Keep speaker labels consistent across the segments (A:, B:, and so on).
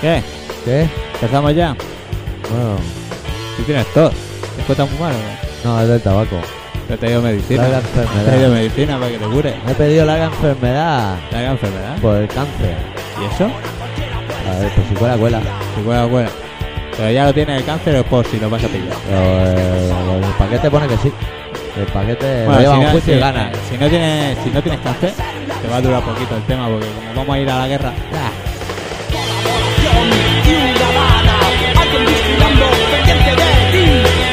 A: ¿Qué?
B: ¿Qué?
A: ¿Empezamos ya?
B: Bueno,
A: Tú tienes tos. ¿Te cuesta muy mal o no?
B: no, es del tabaco.
A: Te he traído medicina.
B: Larga
A: Te he traído
B: enfermedad.
A: medicina para que te cure.
B: Me he pedido larga enfermedad
A: La gran enfermedad.
B: por el cáncer.
A: ¿Y eso?
B: A ver, por si fuera cuela.
A: Sí, bueno, bueno. Pero ya lo tienes el cáncer o es por si lo vas a pillar.
B: Pero eh, el paquete pone que sí. El paquete
A: Bueno,
B: Eh, lo lleva
A: si
B: a un
A: no-
B: juicio
A: si-
B: y gana.
A: Si no, tienes, si no tienes cáncer, te va a durar poquito el tema porque como vamos a ir a la guerra,
B: Ah,
C: ciudadana. Alguien vigilando, pendiente de ti.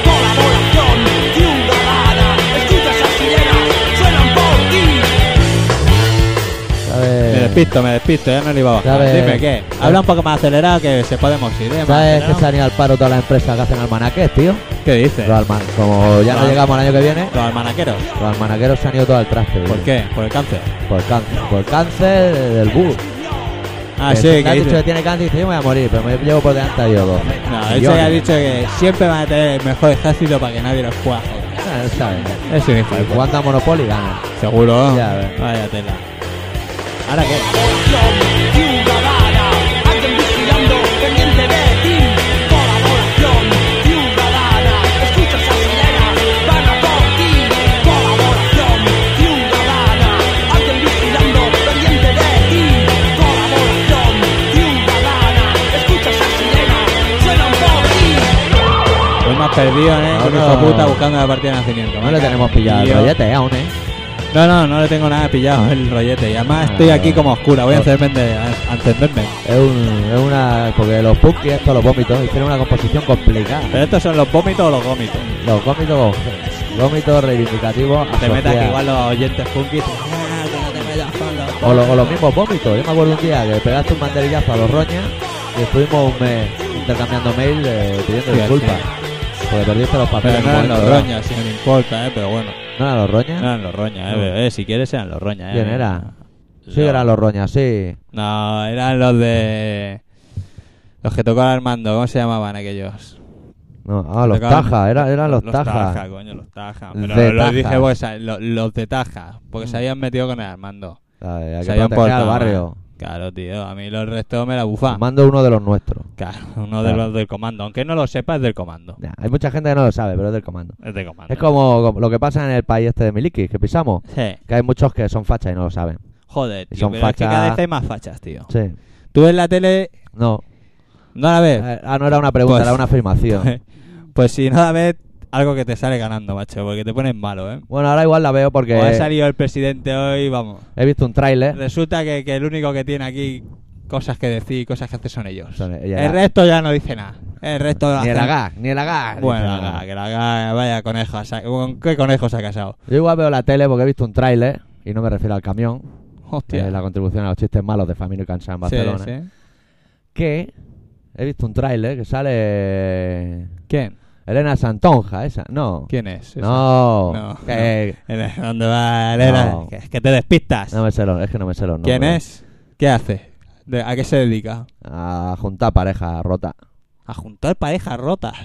C: Colaboración ciudadana. Escucha esas sirenas, suenan por ti.
A: me
B: ¿Sabes?
A: despisto, me despisto, ya no le iba a bajar.
B: Eh. ¿Sabes?
A: Dime qué, habla un poco más acelerado que se podemos ir, ¿eh? Más
B: ¿Sabes que
A: acelerado.
B: se han ido al paro todas las empresas que hacen almanaques, tío?
A: ¿Qué dices?
B: Los alman como ya no
A: Los-
B: llegamos al año que viene,
A: Los almanaqueros.
B: los almanaqueros se han ido todos al traste.
A: ¿Por qué? ¿Por el cáncer?
B: Por cáncer, por cáncer del búho.
A: Ah,
B: Que
A: sí,
B: te
A: que
B: has dicho
A: dice-
B: que tiene cáncer y dice, yo me voy a morir, pero me llevo por delante a Dios.
A: No, ese ha dicho que siempre van a tener el mejor ejército para que nadie los pueda joder.
B: Ah,
A: Es un hijo de puta.
B: Cuánta Pues Monopoly gana.
A: Seguro.
B: Ya, a ver.
A: Vaya tela. ¿Ahora qué?
C: Colaboración ciudadana. Alguien vigilando, pendiente de ti. Colaboración ciudadana. Escucha esas sirenas, van a por ti. Colaboración ciudadana. Alguien vigilando, pendiente de ti. Colaboración ciudadana. Escucha esas sirenas, suenan por ti.
A: Hoy más perdido, ¿eh?
B: No,
A: Un
B: no.
A: hijo puta buscando la partida de nacimiento.
B: No le tenemos pillado el
A: Yo-
B: rollete aún, ¿eh?
A: No, no, no le tengo nada pillado el rollete. Y además estoy
B: Ah.
A: aquí como oscura. Voy a encenderme. de- a encenderme.
B: Es, un, es una... Porque los punkies, estos, los vómitos, hicieron una composición complicada.
A: Pero estos son los vómitos o los gómitos.
B: Los vómitos, vómitos reivindicativos
A: No te metas
B: asociados.
A: que igual los oyentes punkis. "Ah, que no te metas con los
B: O, lo- o los mismos vómitos. Yo me acuerdo un día que pegaste un banderillazo a los roñas y estuvimos un mes intercambiando mail eh, pidiendo
A: Sí,
B: disculpas. Porque perdiste los
A: Pero
B: papeles.
A: no eran
B: bonitos,
A: los
B: ¿verdad?
A: roñas, si no me importa, ¿eh? Pero bueno,
B: ¿No eran los
A: no
B: roñas?
A: eran los roñas, ¿eh?
B: No.
A: bebé. Si quieres, eran los roñas, ¿eh?
B: ¿Quién era? Sí,
A: No.
B: eran los roñas, sí.
A: No, eran los de. Los que tocó Armando, ¿cómo se llamaban aquellos?
B: No, ah, los
A: Tocaban-
B: tajas, era, eran los, tajas.
A: Taja, coño, los Taja.
B: De
A: Pero lo
B: Taja.
A: dije porque sa- lo- los de Taja, porque se habían metido con el Armando.
B: Ay, hay
A: Se
B: que
A: habían
B: proteger al
A: portado mal.
B: barrio.
A: Claro, tío, a mí los restos me la bufa.
B: Mando uno de los nuestros.
A: Claro, uno de
B: Claro.
A: los del comando. Aunque no lo sepa, es del comando.
B: Nah, hay mucha gente que no lo sabe, pero es del comando.
A: Es del comando.
B: Es como, como lo que pasa en el país este de Miliki, que pisamos.
A: Sí.
B: Que hay muchos que son fachas y no lo saben.
A: Joder,
B: Y
A: tío,
B: son
A: pero es que
B: fachas.
A: cada vez hay más fachas, tío.
B: Sí.
A: Tú ves la tele,
B: No.
A: no la ves.
B: Eh, Ah, no era una pregunta,
A: Pues-
B: era una afirmación.
A: Pues si no la ves, algo que te sale ganando, macho, porque te pones malo, ¿eh?
B: Bueno, ahora igual la veo porque
A: O ha salido el presidente hoy, vamos.
B: he visto un tráiler.
A: Resulta que, que el único que tiene aquí cosas que decir y cosas que hacer son ellos.
B: Son- ella-
A: el resto ya no dice nada. El resto
B: Ni el
A: hacen-
B: agar, ni el agar.
A: Bueno,
B: Dice,
A: la
B: no.
A: gaga, que la gaga, vaya conejo. ha sa- ¿Con qué conejo se ha casado?
B: Yo igual veo la tele porque he visto un tráiler, y no me refiero al camión, que
A: Hostia.
B: es la contribución a los chistes malos de Famino y Cansado en Barcelona.
A: Sí, sí.
B: Que he visto un tráiler que sale
A: ¿Quién?
B: Elena Santonja, esa. No.
A: ¿Quién es? esa?
B: No.
A: No,
B: Que-
A: Elena, ¿Dónde va Elena?
B: No.
A: Que, es que te despistas.
B: no me sé los, es que no me sé los
A: ¿Quién
B: nombres.
A: es? ¿Qué hace? ¿De- ¿A qué se dedica?
B: A juntar pareja rota.
A: A juntar parejas rotas.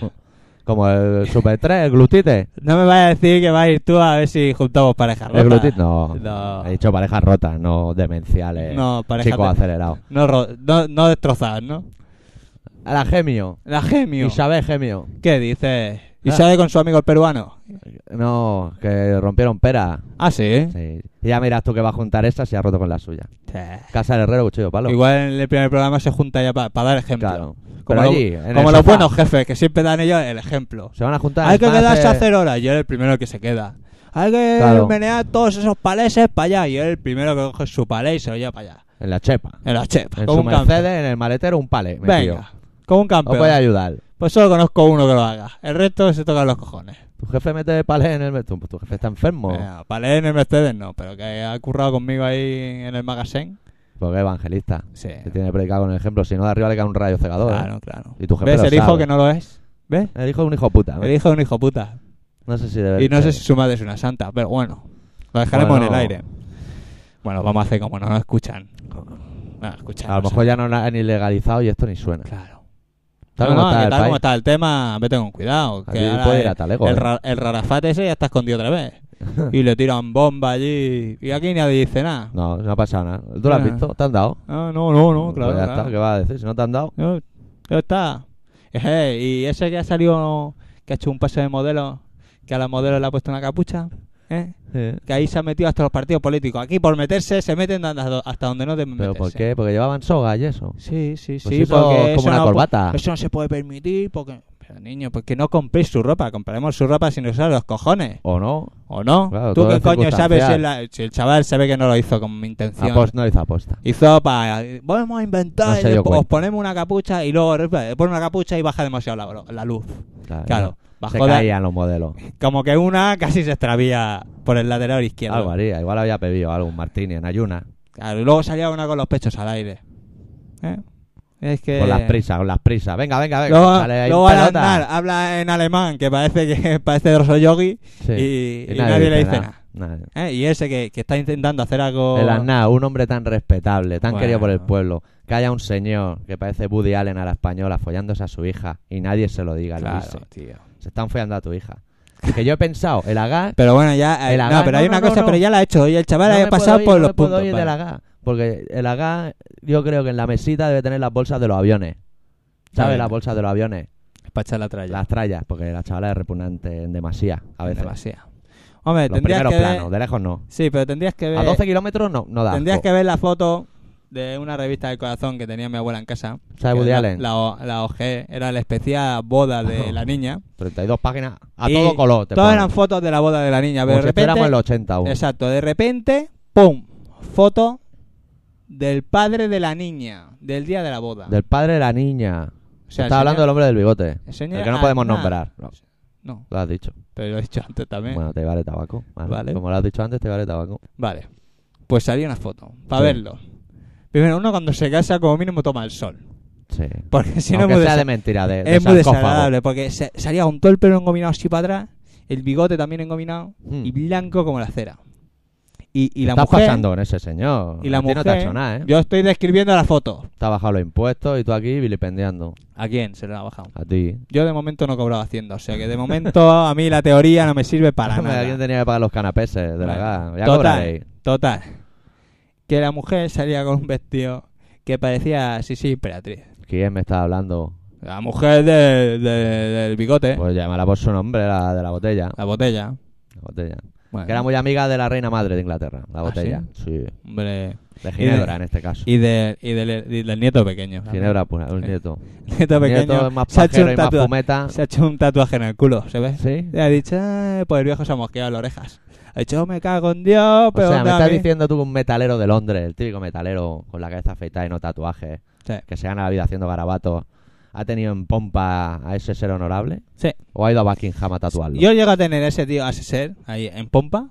B: Como el Super 3, el glutite.
A: No me vayas a decir que vas a ir tú a ver si juntamos parejas rotas.
B: El glutite, no.
A: No.
B: He dicho parejas rotas, no eh. demenciales.
A: Ah. No, pareja
B: Chicos
A: de-
B: acelerados.
A: No, ro- no, no destrozadas, ¿no?
B: A la Gemio.
A: La gemio.
B: Isabel Gemio.
A: ¿Qué dices? ¿Y
B: Ah.
A: sale con su amigo el peruano?
B: No, que rompieron pera.
A: Ah, sí.
B: Sí. Y ya miras tú que va a juntar esa si ha roto con la suya.
A: Eh,
B: Casa del Herrero, cuchillo de palo.
A: Igual en el primer programa se junta ya para dar ejemplo.
B: Claro.
A: Como,
B: Pero
A: lo-
B: allí, en
A: como
B: el
A: los
B: sofá,
A: buenos jefes, que siempre dan ellos el ejemplo.
B: Se van a juntar.
A: Hay que
B: van a
A: quedarse a
B: hacer-
A: hacer horas. Yo era el primero que se queda. Hay que
B: Claro.
A: menear todos esos paleses para allá. Y él el primero que coge su palé y se lo lleva para allá.
B: En la chepa.
A: En la chepa.
B: En
A: como
B: su
A: un campeón.
B: Mercedes, en el maletero, un pale. metido.
A: Venga. Como un
B: Os
A: campeón.
B: voy a ayudar.
A: Pues solo conozco uno que lo haga. El resto se tocan los cojones.
B: Tu jefe mete palé en el... Tu, tu jefe está enfermo.
A: Venga, palé en el Mercedes no, pero que ha currado conmigo ahí en el magazine.
B: Porque es evangelista.
A: Sí.
B: Se tiene predicado con el ejemplo. Si no, de arriba le cae un rayo cegador. ¿eh?
A: Claro, claro.
B: Y tu jefe
A: ¿Ves
B: lo
A: el hijo
B: sabe.
A: que no lo es? ¿Ves?
B: El hijo es un hijo puta. ¿no?
A: El hijo es un hijo puta.
B: No sé si debe
A: Y no sé
B: ser.
A: si su madre es una santa, pero bueno, lo dejaremos en
B: Bueno.
A: el aire. Bueno, vamos a hacer como no nos escuchan. No nos escuchan.
B: A lo
A: no
B: mejor
A: sé.
B: ya no han ni legalizado y esto ni suena.
A: Claro.
B: Tal
A: No,
B: como
A: no,
B: está
A: que tal
B: el país.
A: como está el tema, vete con cuidado. que
B: Aquí
A: ahora
B: puede ir
A: el-
B: a talego,
A: el,
B: eh.
A: ra- el rarafate ese ya está escondido otra vez. y le tiran bomba allí. Y aquí nadie dice nada.
B: No, no ha pasado nada. ¿Tú lo has
A: Ah.
B: visto? ¿Te han dado?
A: Ah, no, no, no, claro.
B: Pues ya
A: claro.
B: está, ¿qué vas a decir? Si no te han dado,
A: No, ya está. Ejé, y ese que ha salido, que ha hecho un pase de modelo, que a la modelo le ha puesto una capucha, ¿eh?
B: eh,
A: que ahí se han metido hasta los partidos políticos. Aquí por meterse se meten hasta do- hasta donde no deben
B: ¿Pero
A: meterse.
B: por qué? Porque llevaban soga y eso.
A: Sí, sí,
B: Pues
A: sí,
B: eso
A: porque
B: es como una
A: no po-
B: corbata.
A: eso no se puede permitir porque... Pero niño, porque no compréis su ropa, compraremos su ropa si nos salen los cojones,
B: ¿O no?
A: ¿o no?
B: Claro,
A: ¿Tú
B: todo
A: qué
B: es
A: coño sabes si,
B: circunstancial. Ah, pues
A: la- si el chaval se ve que no lo hizo con intención?
B: Apost no hizo aposta.
A: Hizo para. Vamos a inventar.
B: No
A: y
B: se dio
A: después os
B: cuenta.
A: ponemos una capucha y luego eh, pone una capucha y baja demasiado la, bro- la luz. Claro.
B: Se
A: Bajó de-
B: caían los modelos.
A: como que una casi se extravía por el lateral izquierdo.
B: Algo haría. Igual había pedido algo, un martini en ayuna.
A: Claro, y luego salía una con los pechos al aire. ¿Eh? Es que.
B: Con las prisas, con las prisas. Venga, venga, venga.
A: Eh, Luego,
B: sale ahí
A: luego
B: en
A: al
B: pelota.
A: andar habla en alemán, que parece que parece de Rosoyogi,
B: Sí.
A: y, y nadie le dice nada.
B: Nadie.
A: ¿Eh? Y ese que, que está intentando hacer algo.
B: El Aznar, un hombre tan respetable, tan
A: Bueno.
B: querido por el pueblo, que haya un señor que parece Woody Allen a la española follándose a su hija y nadie se lo diga,
A: Claro,
B: Luis.
A: tío.
B: Se están follando a tu hija. Que yo he pensado, el Agar
A: Pero bueno, ya. eh,
B: El
A: no,
B: Agar-
A: pero hay
B: no,
A: una
B: no,
A: cosa,
B: no.
A: pero ya la ha hecho. Y el chaval
B: no
A: ha
B: me
A: pasado
B: puedo ir,
A: por
B: no
A: los
B: me puedo
A: puntos.
B: ir
A: vale.
B: del Agar, porque el Agar yo creo que en la mesita debe tener las bolsas de los aviones.
A: Vale.
B: ¿Sabes? Las bolsas de los aviones.
A: Para echar la tralla.
B: Las trallas, porque la chavala es repugnante en demasía, a veces.
A: Demasiado. Hombre,
B: Los
A: tendrías
B: primeros
A: que ver...
B: planos, de lejos no.
A: Sí, pero tendrías que ver...
B: A 12 kilómetros no, no da.
A: tendrías
B: asco.
A: que ver la foto de una revista del corazón que tenía mi abuela en casa.
B: ¿Sabes Woody
A: Que era
B: Allen?
A: La, O- la OG. Era la especial boda de la niña.
B: 32 páginas a
A: Y
B: todo color. te
A: Todas
B: ponen.
A: eran fotos de la boda de la niña.
B: Como
A: Pero de
B: si estuviéramos
A: repente...
B: en los 80 aún.
A: Exacto. De repente, ¡pum! Foto del padre de la niña. Del día de la boda.
B: Del padre de la niña.
A: O sea, el
B: Estaba
A: señor-
B: hablando del hombre del bigote.
A: el
B: El
A: señor
B: que no podemos
A: Aznar.
B: nombrar. No,
A: No,
B: lo has dicho.
A: pero lo he dicho antes también.
B: Bueno, te vale tabaco. Vale.
A: Eh. Vale.
B: Como lo has dicho antes, te vale tabaco.
A: Vale. Pues salía una foto. Para
B: Sí.
A: verlo. Primero, uno cuando se casa como mínimo toma el sol.
B: Sí.
A: Porque si
B: Aunque
A: no es muy,
B: sea
A: desa-
B: de mentira, de, de
A: es muy
B: sarcófago.
A: desagradable. Porque se- salía con todo el pelo engominado así para atrás, el bigote también engominado
B: Mm.
A: y blanco como la cera. Y, y la
B: Estás
A: mujer.
B: pasando con ese señor.
A: Y la
B: A ti
A: mujer.
B: no te ha hecho nada, ¿eh?
A: Yo estoy describiendo la foto.
B: Te ha bajado los impuestos y tú aquí vilipendiando.
A: ¿A quién se la ha bajado?
B: A ti.
A: Yo de momento no he cobrado Hacienda. O sea que de momento a mí la teoría no me sirve para
B: Hombre,
A: nada.
B: Alguien tenía que pagar los canapeses de la
A: Bueno,
B: gas. Ya
A: total.
B: cobraréis.
A: Total. Que la mujer salía con un vestido que parecía sí, sí, Emperatriz.
B: ¿Quién me está hablando?
A: La mujer de- de- del bigote,
B: Pues llámala por su nombre, la de la botella.
A: la botella.
B: La botella.
A: Bueno,
B: Que era muy amiga de la reina madre de Inglaterra, la
A: ¿Ah,
B: botella. sí?
A: hombre,
B: De Ginebra, en este caso.
A: y, de, y, del, y del nieto pequeño. también.
B: Ginebra, pues, un
A: Sí.
B: nieto.
A: nieto
B: Nieto
A: pequeño.
B: es más
A: se, ha hecho
B: pajero
A: un
B: y más
A: tatua-
B: fumeta.
A: se ha hecho un tatuaje en el culo, ¿se ve?
B: ¿Sí?
A: Le ha dicho, "Ay, pues el viejo se ha mosqueado las orejas. Ha dicho, "Oh, me cago en Dios,
B: O
A: pero
B: sea, me
A: anda a
B: estás
A: mí".
B: diciendo tú que un metalero de Londres, el típico metalero con la cabeza afeitada y no tatuajes,
A: Sí.
B: que se gana la vida haciendo garabatos, ¿ha tenido en pompa a ese ser honorable?
A: Sí.
B: ¿O ha ido a Buckingham a tatuarlo?
A: Yo llego a tener ese tío, a ese ser, ahí en pompa.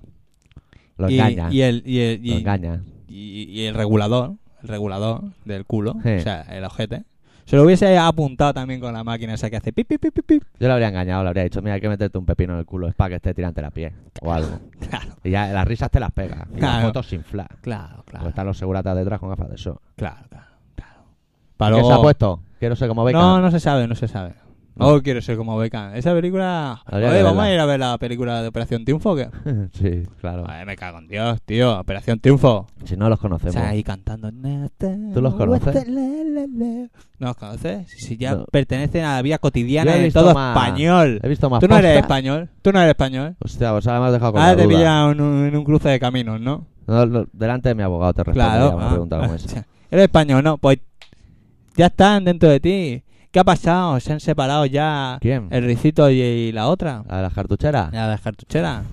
B: Lo
A: y,
B: engaña.
A: y el, y, el,
B: Lo
A: y,
B: engaña.
A: y, y el regulador, el regulador del culo,
B: Sí.
A: o sea, el ojete, se lo hubiese apuntado también con la máquina esa que hace pip, pip, pip, pip, pip.
B: Yo lo habría engañado, le habría dicho, mira, hay que meterte un pepino en el culo, es para que esté tirante la piel o algo.
A: Claro,
B: Y ya las risas te las pegas, y
A: Claro.
B: las fotos sin flash.
A: claro,
B: Porque
A: claro.
B: están los seguratas detrás con gafas de sol.
A: Claro, claro, claro. Para
B: ¿Qué
A: luego-
B: se ha puesto? Quiero ser como Beckham.
A: No, no se sabe, no se sabe.
B: No.
A: Oh, quiero ser como Beckham. Esa película...
B: Habría
A: Oye,
B: que
A: ¿vamos a
B: verla.
A: ir a ver la película de Operación Triunfo o qué?
B: sí, claro.
A: Ay, me cago en Dios, tío. Operación Triunfo.
B: Si no los
A: O
B: conocemos.
A: sea, ahí cantando... ¿Tú
B: los conoces?
A: ¿No los conoces? Si ya
B: No.
A: pertenecen a la vida
B: Yo
A: cotidiana
B: he
A: de
B: visto
A: todo
B: más-
A: español.
B: He visto más
A: Tú no eres
B: postas.
A: español. Tú no eres español.
B: Hostia, pues ahora me has dejado con
A: Ahora
B: la
A: te
B: duda.
A: pillan en un, en un cruce de caminos, ¿no?
B: No, no, delante de mi abogado te respondería
A: Claro.
B: una
A: ah,
B: pregunta como
A: ah,
B: esa.
A: cha. ¿Eres español no? Pues ya están dentro de ti. ¿Qué ha pasado? ¿Se han separado ya
B: ¿Quién? Ah.
A: el ricito y, y la otra?
B: ¿A las cartucheras?
A: La de las cartucheras.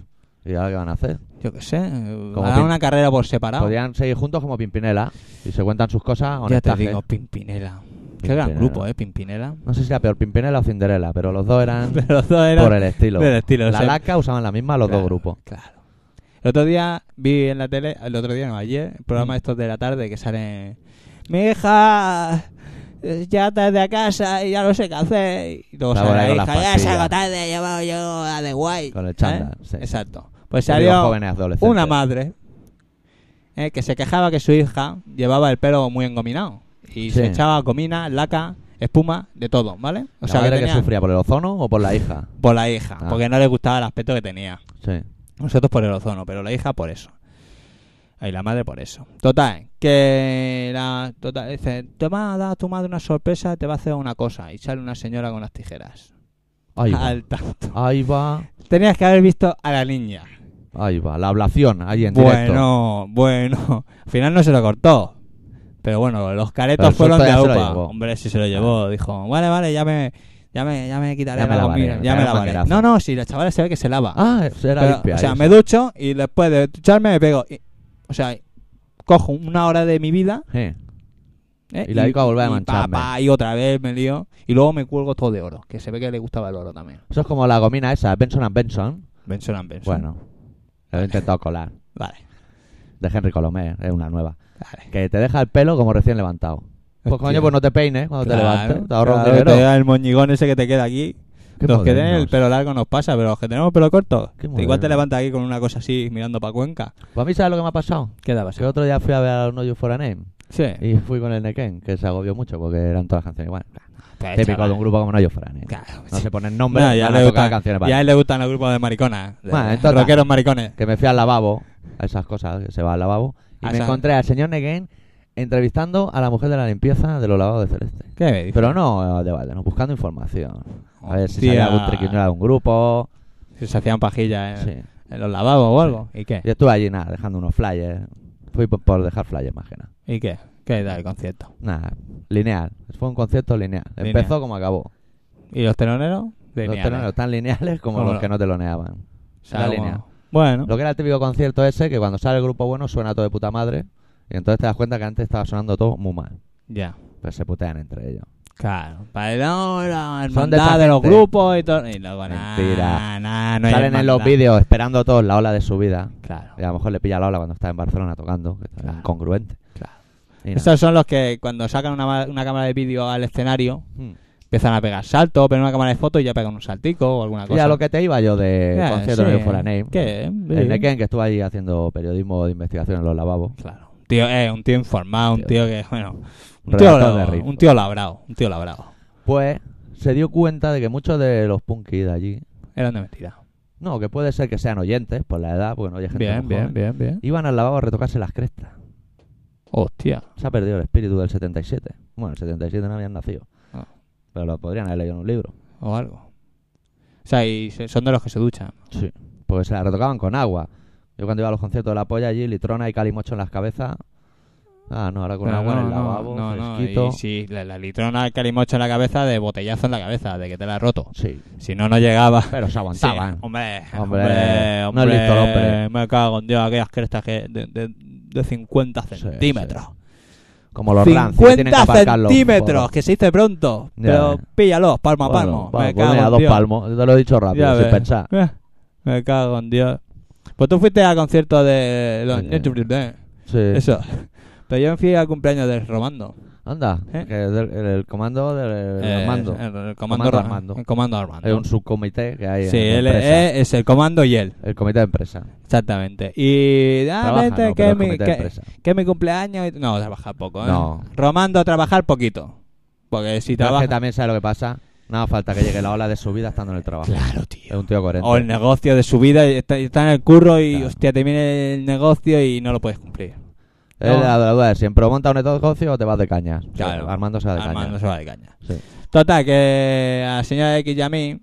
B: ¿Y ahora qué van a hacer?
A: Yo qué sé.
B: pin-
A: Harán una carrera por separado.
B: Podían seguir juntos como Pimpinela y se cuentan sus cosas
A: ya te
B: honestaje.
A: digo, Pimpinela. Qué
B: ¿eh? Pimpinela.
A: gran grupo, ¿eh? Pimpinela.
B: No sé si era peor Pimpinela o Cinderela, pero los dos eran
A: Pero los dos eran
B: por el estilo.
A: del estilo. o
B: la
A: sea,
B: laca usaban la misma los
A: claro,
B: dos grupos.
A: Claro. El otro día vi en la tele, el otro día no, ayer, el programa
B: Mm.
A: estos de la tarde que salen. Mi hija eh, ya tarde a casa y ya no sé qué hacer. Y luego
B: Está
A: sale
B: por ahí
A: la
B: con las
A: hija, ya salgo
B: pastillas".
A: tarde, he llevado yo a The White.
B: Con el chándal, sí.
A: Exacto. Pues
B: Típicos
A: salió
B: jóvenes adolescentes.
A: una madre eh, que se quejaba que su hija llevaba el pelo muy engominado y
B: Sí.
A: se echaba comina, laca, espuma, de todo, ¿vale?
B: ¿La madre que
A: tenía
B: sufría por el ozono o por la hija?
A: por la hija,
B: Ah.
A: porque no le gustaba el aspecto que tenía.
B: Sí.
A: Nosotros por el ozono, pero la hija por eso. Ay, la madre por eso. Total, que la, total, dice, te va a dar a tu madre una sorpresa, te va a hacer una cosa. Y sale una señora con las tijeras.
B: Ahí va.
A: Al tanto.
B: Ahí va.
A: Tenías que haber visto a la niña.
B: Ahí va. La ablación, ahí en directo.
A: Bueno, bueno. Al final no se lo cortó. Pero bueno, los caretos
B: Pero el
A: fueron de
B: sorta ya se lo
A: aupa.
B: llevó. Ah.
A: Hombre, si se lo llevó. Dijo, vale, vale, ya me, ya me, ya me quitaré
B: Ya me
A: la
B: lavaré,
A: comida,
B: me
A: ya me
B: daré un
A: lavaré. No,
B: manguerazo.
A: no, si la chavala se ve que se lava.
B: Ah, será
A: Pero,
B: limpia.
A: o sea,
B: ahí
A: me ducho y después de ducharme me pego. y- o sea, cojo una hora de mi vida.
B: está. Eh.
A: ¿eh?
B: Y la dedico a volver a
A: y pa,
B: mancharme.
A: pa, y otra vez me lío. Y luego me cuelgo todo de oro, que se ve que le gustaba el oro también.
B: Eso es como la gomina esa, Benson and Benson.
A: Benson and Benson.
B: Bueno, lo he intentado colar.
A: Vale,
B: De Henry Colomé, es una nueva.
A: vale.
B: Que te deja el pelo como recién levantado. Pues
A: Hostia.
B: coño, pues no te peines cuando te
A: Claro,
B: levantes. Te ahorras
A: claro,
B: un
A: te
B: dinero.
A: da el moñigón ese que te queda aquí.
B: Qué
A: los que tienen
B: modernos.
A: el pelo largo nos pasa, pero los que tenemos pelo corto,
B: Qué
A: igual te
B: modernos.
A: levantas aquí con una cosa así mirando para Cuenca.
B: Pues a mí, ¿sabes lo que me ha pasado?
A: ¿Qué te
B: Que el otro día fui a ver a No You For a Name
A: Sí.
B: y fui con el Neken, que se agobió mucho porque eran todas las canciones igual.
A: Pues,
B: Típico
A: chaval,
B: de un grupo como No You For a Name.
A: claro,
B: No
A: sí.
B: se ponen nombres,
A: No,
B: ya
A: ya,
B: van a
A: le
B: tocar
A: gusta,
B: canciones
A: ya
B: para
A: le gustan los grupos de mariconas. de
B: Bueno, en total.
A: rockeros maricones.
B: Que me fui al lavabo, a esas cosas, que se va al lavabo, y
A: Ah,
B: me
A: o sea-
B: encontré al señor Neken entrevistando a la mujer de la limpieza de los lavados de Celeste.
A: ¿Qué me dices?
B: Pero no eh, de balde, no, buscando información. A ver si
A: Hostia. Eh.
B: sale algún triquiñuela de un grupo.
A: Si se hacían pajillas en,
B: Sí.
A: en los lavabos o algo. ¿Y qué?
B: Yo estuve allí, nada, dejando unos flyers. Fui por, por dejar flyers más que nada.
A: ¿Y qué? ¿Qué da el concierto?
B: Nada, lineal. Fue un concierto lineal.
A: Lineal.
B: Empezó como acabó.
A: ¿Y los teloneros? Lineales.
B: Los teloneros tan lineales como
A: Como
B: los
A: lo-
B: que no teloneaban.
A: O sea,
B: la
A: como-
B: línea.
A: Bueno,
B: Lo que era el típico concierto ese, que cuando sale el grupo bueno suena todo de puta madre. Y entonces te das cuenta que antes estaba sonando todo muy mal.
A: ya.
B: Pues se putean entre ellos.
A: Claro. Para no, la
B: Son
A: hermandad
B: de
A: de los
B: esta gente.
A: grupos y todo. Y luego, nah,
B: Mentira.
A: nah, no hay
B: Salen en los
A: hermandad.
B: vídeos esperando todos la ola de su vida.
A: Claro.
B: Y a lo mejor le pilla la ola cuando está en Barcelona tocando, que está
A: Claro.
B: incongruente.
A: Claro.
B: Y nada.
A: Estos son los que cuando sacan una, ma- una cámara de vídeo al escenario
B: Hmm.
A: empiezan a pegar saltos, pero en una cámara de fotos y ya pegan un saltico o alguna cosa.
B: Y a lo que te iba yo de
A: Ya,
B: concierto
A: Eh, sí.
B: de Fuera Name.
A: ¿Qué?
B: El
A: Sí.
B: Neken, que estuvo allí haciendo periodismo de investigación en los lavabos.
A: Claro. Un tío, eh, un tío informado, un
B: Tío.
A: tío que, bueno. Un tío,
B: Redactor de riff.
A: un tío labrado, un tío labrado.
B: Pues se dio cuenta de que muchos de los punkis de allí,
A: Eran de mentira.
B: no, que puede ser que sean oyentes por la edad, porque no oye gente
A: Bien,
B: muy
A: bien,
B: joven,
A: bien, bien.
B: iban al lavabo a retocarse las crestas.
A: Hostia.
B: Se ha perdido el espíritu del 77. Bueno, el 77 no habían nacido.
A: Ah.
B: Pero lo podrían haber leído en un libro.
A: O algo. O sea, y se- son de los que se duchan.
B: Sí. Porque se la retocaban con agua. Yo cuando iba a los conciertos de la polla allí, litrona y calimocho en las cabezas. Ah, no, ahora con
A: Pero
B: agua en
A: no,
B: el
A: no,
B: lavabo,
A: no, no,
B: fresquito.
A: Y sí, la, la litrona, el calimocho en la cabeza, de botellazo en la cabeza, de que te la ha roto.
B: Sí,
A: Si no, no llegaba.
B: pero se
A: Sí,
B: aguantaban.
A: hombre,
B: Hombre,
A: hombre,
B: no es
A: hombre,
B: listo el hombre.
A: Me cago en Dios, aquellas crestas que de, de, de 50
B: Sí,
A: centímetros.
B: Como los rancios que tienen que
A: 50
B: aparcar los
A: centímetros,
B: jodos.
A: que se dice pronto.
B: Ya,
A: Pero
B: ya.
A: píllalos, palmo a palmo.
B: Bueno, pa-
A: me
B: ponle
A: cago
B: a
A: en
B: dos
A: Dios.
B: palmos. Te lo he dicho rápido,
A: Ya
B: sin
A: ves.
B: pensar.
A: Eh, Me cago en Dios. Pues tú fuiste al concierto de los
B: Sí.
A: Nature Blade,
B: Sí.
A: Eso. Pero yo me fui al cumpleaños del Romando.
B: Anda,
A: ¿Eh?
B: que es del- el, el comando del
A: Eh,
B: Armando.
A: El, el comando
B: Comando
A: Ra-
B: Armando.
A: El comando Armando.
B: Es un subcomité que hay
A: sí,
B: en
A: él
B: la empresa.
A: es, es el comando y él.
B: El comité de empresa.
A: Exactamente. Y. Ah,
B: Trabaja,
A: vente, que
B: no, pero
A: es
B: es
A: mi, que-
B: comité de empresa.
A: que es mi cumpleaños. y- No, trabajar poco, ¿eh?
B: No.
A: Romando, trabajar poquito. Porque si
B: Pero es que
A: trabaja.
B: también sabe lo que pasa. Nada falta que llegue la ola de su vida estando en el trabajo.
A: Claro,
B: Es
A: tío.
B: un tío coherente.
A: O el negocio de su vida. y Está, y está en el curro y,
B: Claro.
A: hostia, te viene el negocio y no lo puedes cumplir.
B: Es
A: no.
B: la, la duda de siempre. ¿O monta un negocio o te vas de cañas? O sea,
A: Claro.
B: Armando se va de
A: Armando
B: cañas.
A: se va de caña.
B: Sí.
A: Total, que a la señora X y a mí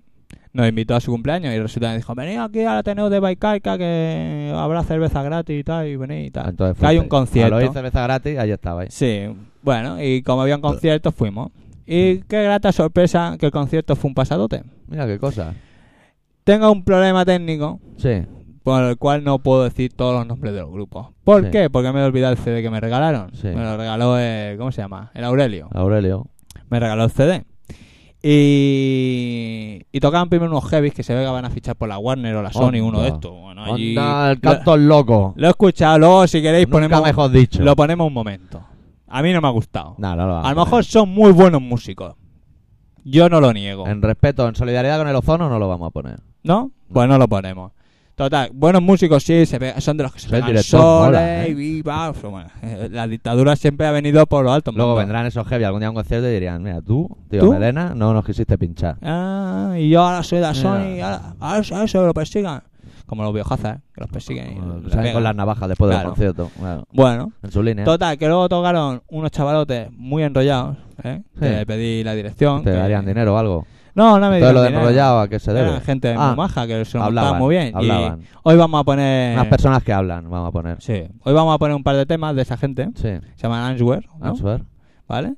A: nos invitó a su cumpleaños y resulta que dijo, venid aquí al Ateneo de Baicaica que habrá cerveza gratis y tal, y venid y tal.
B: Entonces
A: que hay un
B: fuisteis.
A: concierto.
B: A lo hice cerveza gratis, ahí estabais.
A: Sí, bueno, y como había un concierto fuimos. Y qué grata sorpresa que el concierto fue un pasadote.
B: Mira qué cosa.
A: Tengo un problema técnico
B: Sí.
A: por el cual no puedo decir todos los nombres de los grupos. ¿Por
B: Sí.
A: qué? Porque me he olvidado el CD que me regalaron.
B: Sí.
A: Me lo regaló, el, ¿cómo se llama? El Aurelio.
B: Aurelio.
A: me regaló el CD. Y, y tocaban primero unos heavies que se ve que van a fichar por la Warner o la Sony, uno de
B: Onda.
A: estos. Bueno, allí-
B: Anda, el canto es loco.
A: Lo, lo he escuchado, luego si queréis
B: Nunca
A: ponemos,
B: mejor dicho.
A: lo ponemos un momento. A mí no me ha gustado.
B: No, no lo vamos
A: a lo
B: poner.
A: mejor son muy buenos músicos. Yo no lo niego.
B: En respeto, en solidaridad con el ozono no lo vamos a poner.
A: ¿No?
B: Mm.
A: Pues no lo ponemos. Total, buenos músicos sí, se pe- son de los que se
B: Sí, el
A: pegan
B: director
A: soles
B: mola, ¿eh?
A: y viva. Bueno, eh, la dictadura siempre ha venido por lo alto.
B: Luego
A: mundo.
B: vendrán esos heavy algún día a un concierto y dirían, mira, tú, tío
A: ¿Tú?
B: Melena, no nos quisiste pinchar.
A: Ah, y yo ahora soy de la
B: Mira.
A: Sony, ahora, ahora, ahora se lo persigan. como los biojazas, que los persiguen. y
B: Como
A: le
B: salen
A: pegan.
B: con las navajas después del
A: Eh, Claro.
B: concierto. claro.
A: Bueno,
B: En su línea.
A: total, que luego tocaron unos chavalotes muy enrollados, ¿eh?
B: Sí.
A: que le pedí la dirección.
B: Te
A: que-
B: darían dinero o algo.
A: No, no me
B: Todo
A: dieron
B: lo de
A: dinero.
B: enrollado a que se debe.
A: Eran gente
B: Ah,
A: muy maja que se lo
B: hablaban.
A: montaban muy bien.
B: hablaban.
A: Y eh, hoy vamos a poner...
B: Unas personas que hablan, vamos a poner.
A: Sí, hoy vamos a poner un par de temas de esa gente.
B: Sí.
A: Se llaman Answer, ¿no?
B: Vamos a ver.
A: ¿Vale?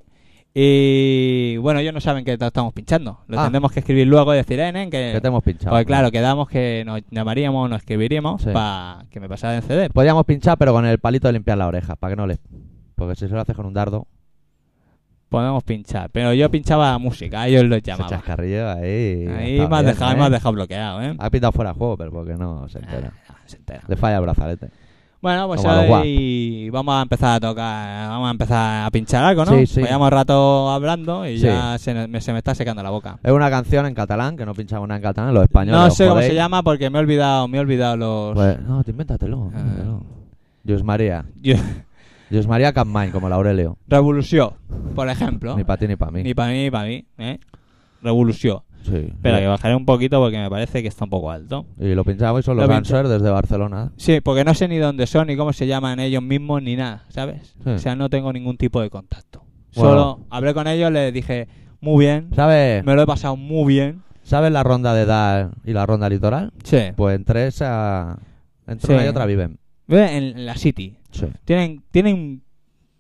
A: Y bueno, ellos no saben que ta- estamos pinchando. Lo
B: Ah.
A: tendremos que escribir luego y decir, eh, nen,
B: Que
A: que...
B: te hemos pinchado.
A: Porque claro, quedamos que nos llamaríamos, nos escribiríamos
B: Sí.
A: para que me pasara en CD.
B: Podíamos pinchar, pero con el palito de limpiar la oreja, para que no le. Porque si se lo haces con un dardo,
A: Podemos pinchar. Pero yo pinchaba música, a ellos los
B: ese
A: llamaba.
B: chascarrillo ahí.
A: Ahí
B: está
A: me has
B: bien,
A: dejado,
B: ¿eh?
A: me has dejado bloqueado, ¿eh?
B: Ha pintado fuera de juego, pero porque no se entera.
A: Ah, se entera.
B: Le falla el brazalete.
A: Bueno, pues
B: Como a los
A: hoy vamos a empezar a tocar, vamos a empezar a pinchar algo, ¿no?
B: Sí, sí.
A: Pues llevamos rato hablando y
B: Sí.
A: ya se me, se me está secando la boca.
B: Es una canción en catalán, que no pinchamos nada en catalán, los españoles.
A: no
B: os
A: sé cómo
B: jodéis.
A: se llama porque me he olvidado, me he olvidado los...
B: Pues, no, te invéntatelo.
A: Ah.
B: invéntatelo. Dios María.
A: Yo-
B: Dios María Capmain, como la Aurelio.
A: Revolución, por ejemplo.
B: Ni para ti ni para mí.
A: Ni para mí, ni para mí, ¿eh? Revolución.
B: Sí.
A: Espera,
B: Y-
A: que bajaré un poquito porque me parece que está un poco alto.
B: Y lo pinchamos y son los
A: Lo
B: Answer desde Barcelona.
A: Sí, porque no sé ni dónde son, ni cómo se llaman ellos mismos, ni nada, ¿sabes?
B: Sí.
A: O sea, no tengo ningún tipo de contacto.
B: Bueno.
A: Solo hablé con ellos, les dije, muy bien,
B: ¿Sabes
A: me lo he pasado muy bien.
B: ¿sabes la ronda de edad y la ronda litoral?
A: Sí.
B: Pues entre esa. Entre
A: Sí.
B: una y otra viven.
A: Ve En, en la City.
B: Sí.
A: Tienen, tienen,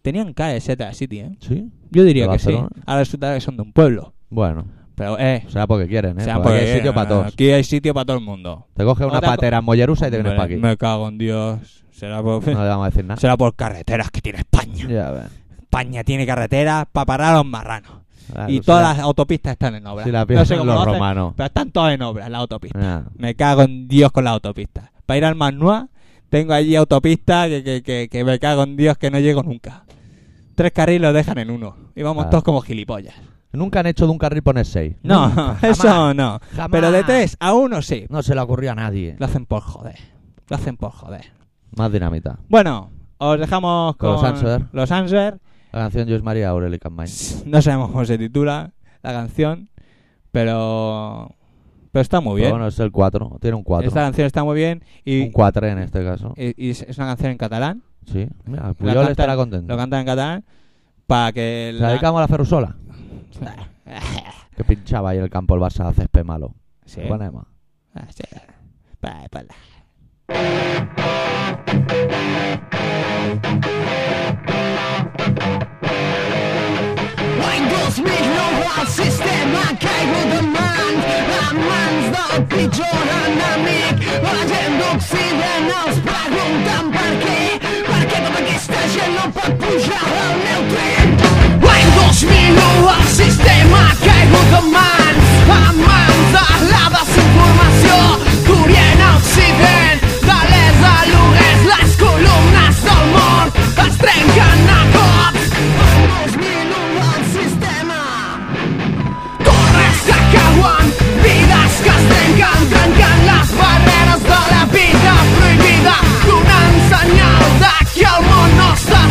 A: tenían cara de ser de la City, ¿eh?
B: ¿Sí?
A: Yo diría
B: ¿De
A: que sí.
B: Barcelona?
A: Ahora resulta que son de un pueblo.
B: Bueno,
A: Pero, eh,
B: será porque quieren, ¿eh?
A: sean
B: porque
A: porque-
B: hay sitio para todos.
A: Aquí hay sitio para todo el mundo.
B: Te coge una
A: Otra co-
B: patera en Mollerusa y te vienes
A: Hombre,
B: para aquí.
A: Me cago en Dios. Será por,
B: No le vamos a decir nada.
A: será por carreteras que tiene España.
B: Ya ves.
A: España tiene carreteras para parar a los marranos.
B: Ah,
A: y
B: si
A: todas
B: la-
A: las autopistas están en obra.
B: si la
A: no sé
B: piensan
A: cómo lo
B: los
A: hacen,
B: romanos.
A: pero están todas en obra las autopistas.
B: Ah,
A: Me cago en Dios con las autopistas. Para ir al Manua, tengo allí autopista que, que, que, que me cago en Dios que no llego nunca. Tres carriles los dejan en uno. Y vamos
B: Ah.
A: todos como gilipollas.
B: Nunca han hecho de un carril poner seis.
A: No,
B: Nunca, jamás,
A: eso no.
B: jamás.
A: Pero de tres a uno sí.
B: No se le ocurrió a nadie.
A: Lo hacen por joder. Lo hacen por joder.
B: Más dinamita.
A: Bueno, os dejamos
B: Con
A: con
B: los Answer.
A: los Answer.
B: La canción Dios María Aurelio Capmain.
A: No sabemos cómo se titula la canción, pero pero está muy
B: Pero
A: bien.
B: bueno, es el 4. Tiene un 4.
A: Esta canción está muy bien
B: Un
A: y,
B: 4 en este caso.
A: y- y es es una canción en catalán.
B: Sí. Mira,
A: La
B: Puyol
A: canta-
B: estará contento.
A: Lo cantan en catalán para que
B: ¿Se la
A: la...
B: dedicamos a la Ferrusola? Que pinchaba ahí el campo el Barça a césped malo.
A: Sí.
B: Lo ponemos.
A: Ah, sí. Pa- pa- la-
D: Why goes me no one system I caigo the man La mans del pitjor enemic La gent d'Occident els pregunten per què Per què tota aquesta gent no pot pujar al meu tren L'any 2001 el sistema ha caigut en mans En mans de la desinformació D'Orient a Occident De l'est a l'oest Les columnes del món es trenquen a cops L'any 2001 el sistema Torres que cauen, vides que es trenquen, trencant les barreres de la vida prohibida, donant senyal de que el món no està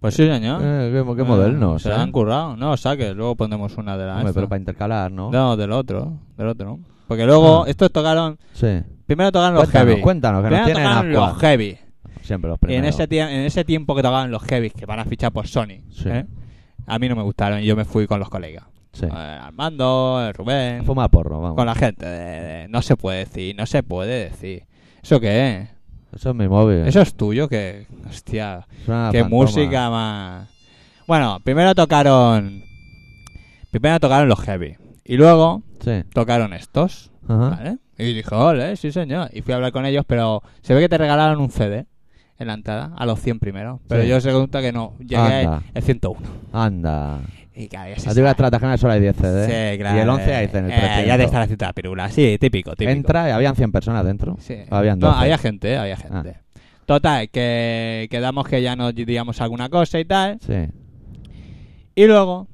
A: Pues sí, señor.
B: Eh, qué, qué
A: Ah,
B: modernos.
A: Se
B: eh.
A: la han currado. No, saques, luego pondremos una de la
B: Hombre,
A: esta.
B: pero para intercalar, ¿no?
A: No, del otro, del otro. Porque luego
B: Ah.
A: estos tocaron,
B: Sí.
A: primero tocaron los
B: Cuéntanos,
A: heavy.
B: cuéntanos, que nos
A: primero
B: tienen
A: tocaron
B: ascuas.
A: los heavy.
B: Siempre los
A: Y en
B: primeros.
A: ese, tie- en ese tiempo que tocaban los heavy, que van a fichar por Sony,
B: Sí.
A: ¿eh? a mí no me gustaron y yo me fui con los colegas.
B: Sí.
A: Eh, Armando, el Rubén,
B: Fuma porro, vamos.
A: con la gente. de- de- no se puede decir, no se puede decir. ¿Eso qué es?
B: Eso es mi móvil.
A: Eso es tuyo, que... Hostia,
B: Suena a
A: qué
B: fantoma.
A: música más... Bueno, primero tocaron... Primero tocaron los heavy. Y luego
B: Sí.
A: tocaron estos.
B: Ajá.
A: ¿Vale? Y dijo, ole, sí señor. Y fui a hablar con ellos, pero se ve que te regalaron un CD en la entrada, a los 100 primeros. Pero
B: Sí.
A: yo se cuenta que no, llegué
B: Anda. Ah,
A: el 101.
B: Anda.
A: Y claro, ya se
B: A ti las
A: sabe.
B: tratajanas solo hay 10 CD.
A: Sí, claro.
B: ¿eh? Y el 11 ahí en el
A: Eh,
B: 300.
A: ya te está haciendo la pirula. Sí, típico, típico.
B: Entra y habían 100 personas dentro.
A: Sí.
B: O habían Ah.
A: No,
B: 12.
A: había gente, eh, había gente. Total, que quedamos que ya nos diríamos alguna cosa y tal.
B: Sí.
A: Y luego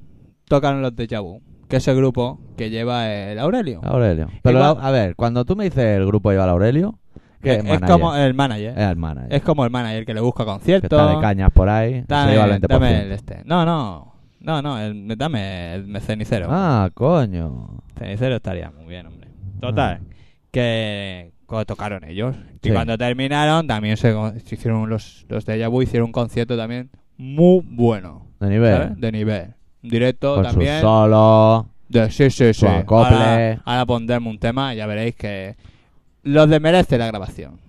A: tocaron los de Vu, que es el grupo que lleva el Aurelio.
B: Aurelio. Pero
A: Igual-
B: a ver, cuando tú me dices el grupo lleva al Aurelio, que
A: es,
B: es,
A: es
B: manager.
A: como el manager.
B: Es el manager.
A: Es como el manager que le busca
B: que
A: conciertos.
B: está de cañas por ahí. se
A: Dame,
B: lleva el 20%.
A: dame el este. No, no. No, no, el- dame el cenicero.
B: Ah, coño.
A: Cenicero estaría muy bien, hombre. Total. Que co- tocaron ellos. Y
B: Sí.
A: cuando terminaron, también se, co- se hicieron los, los de Yabu, hicieron un concierto también muy bueno.
B: De nivel.
A: ¿sabes? De nivel. Un Directo
B: Con sus
A: también.
B: solos.
A: De, sí, sí, sí.
B: su acople.
A: Ahora, ahora pondremos un tema y ya veréis que los desmerece la grabación.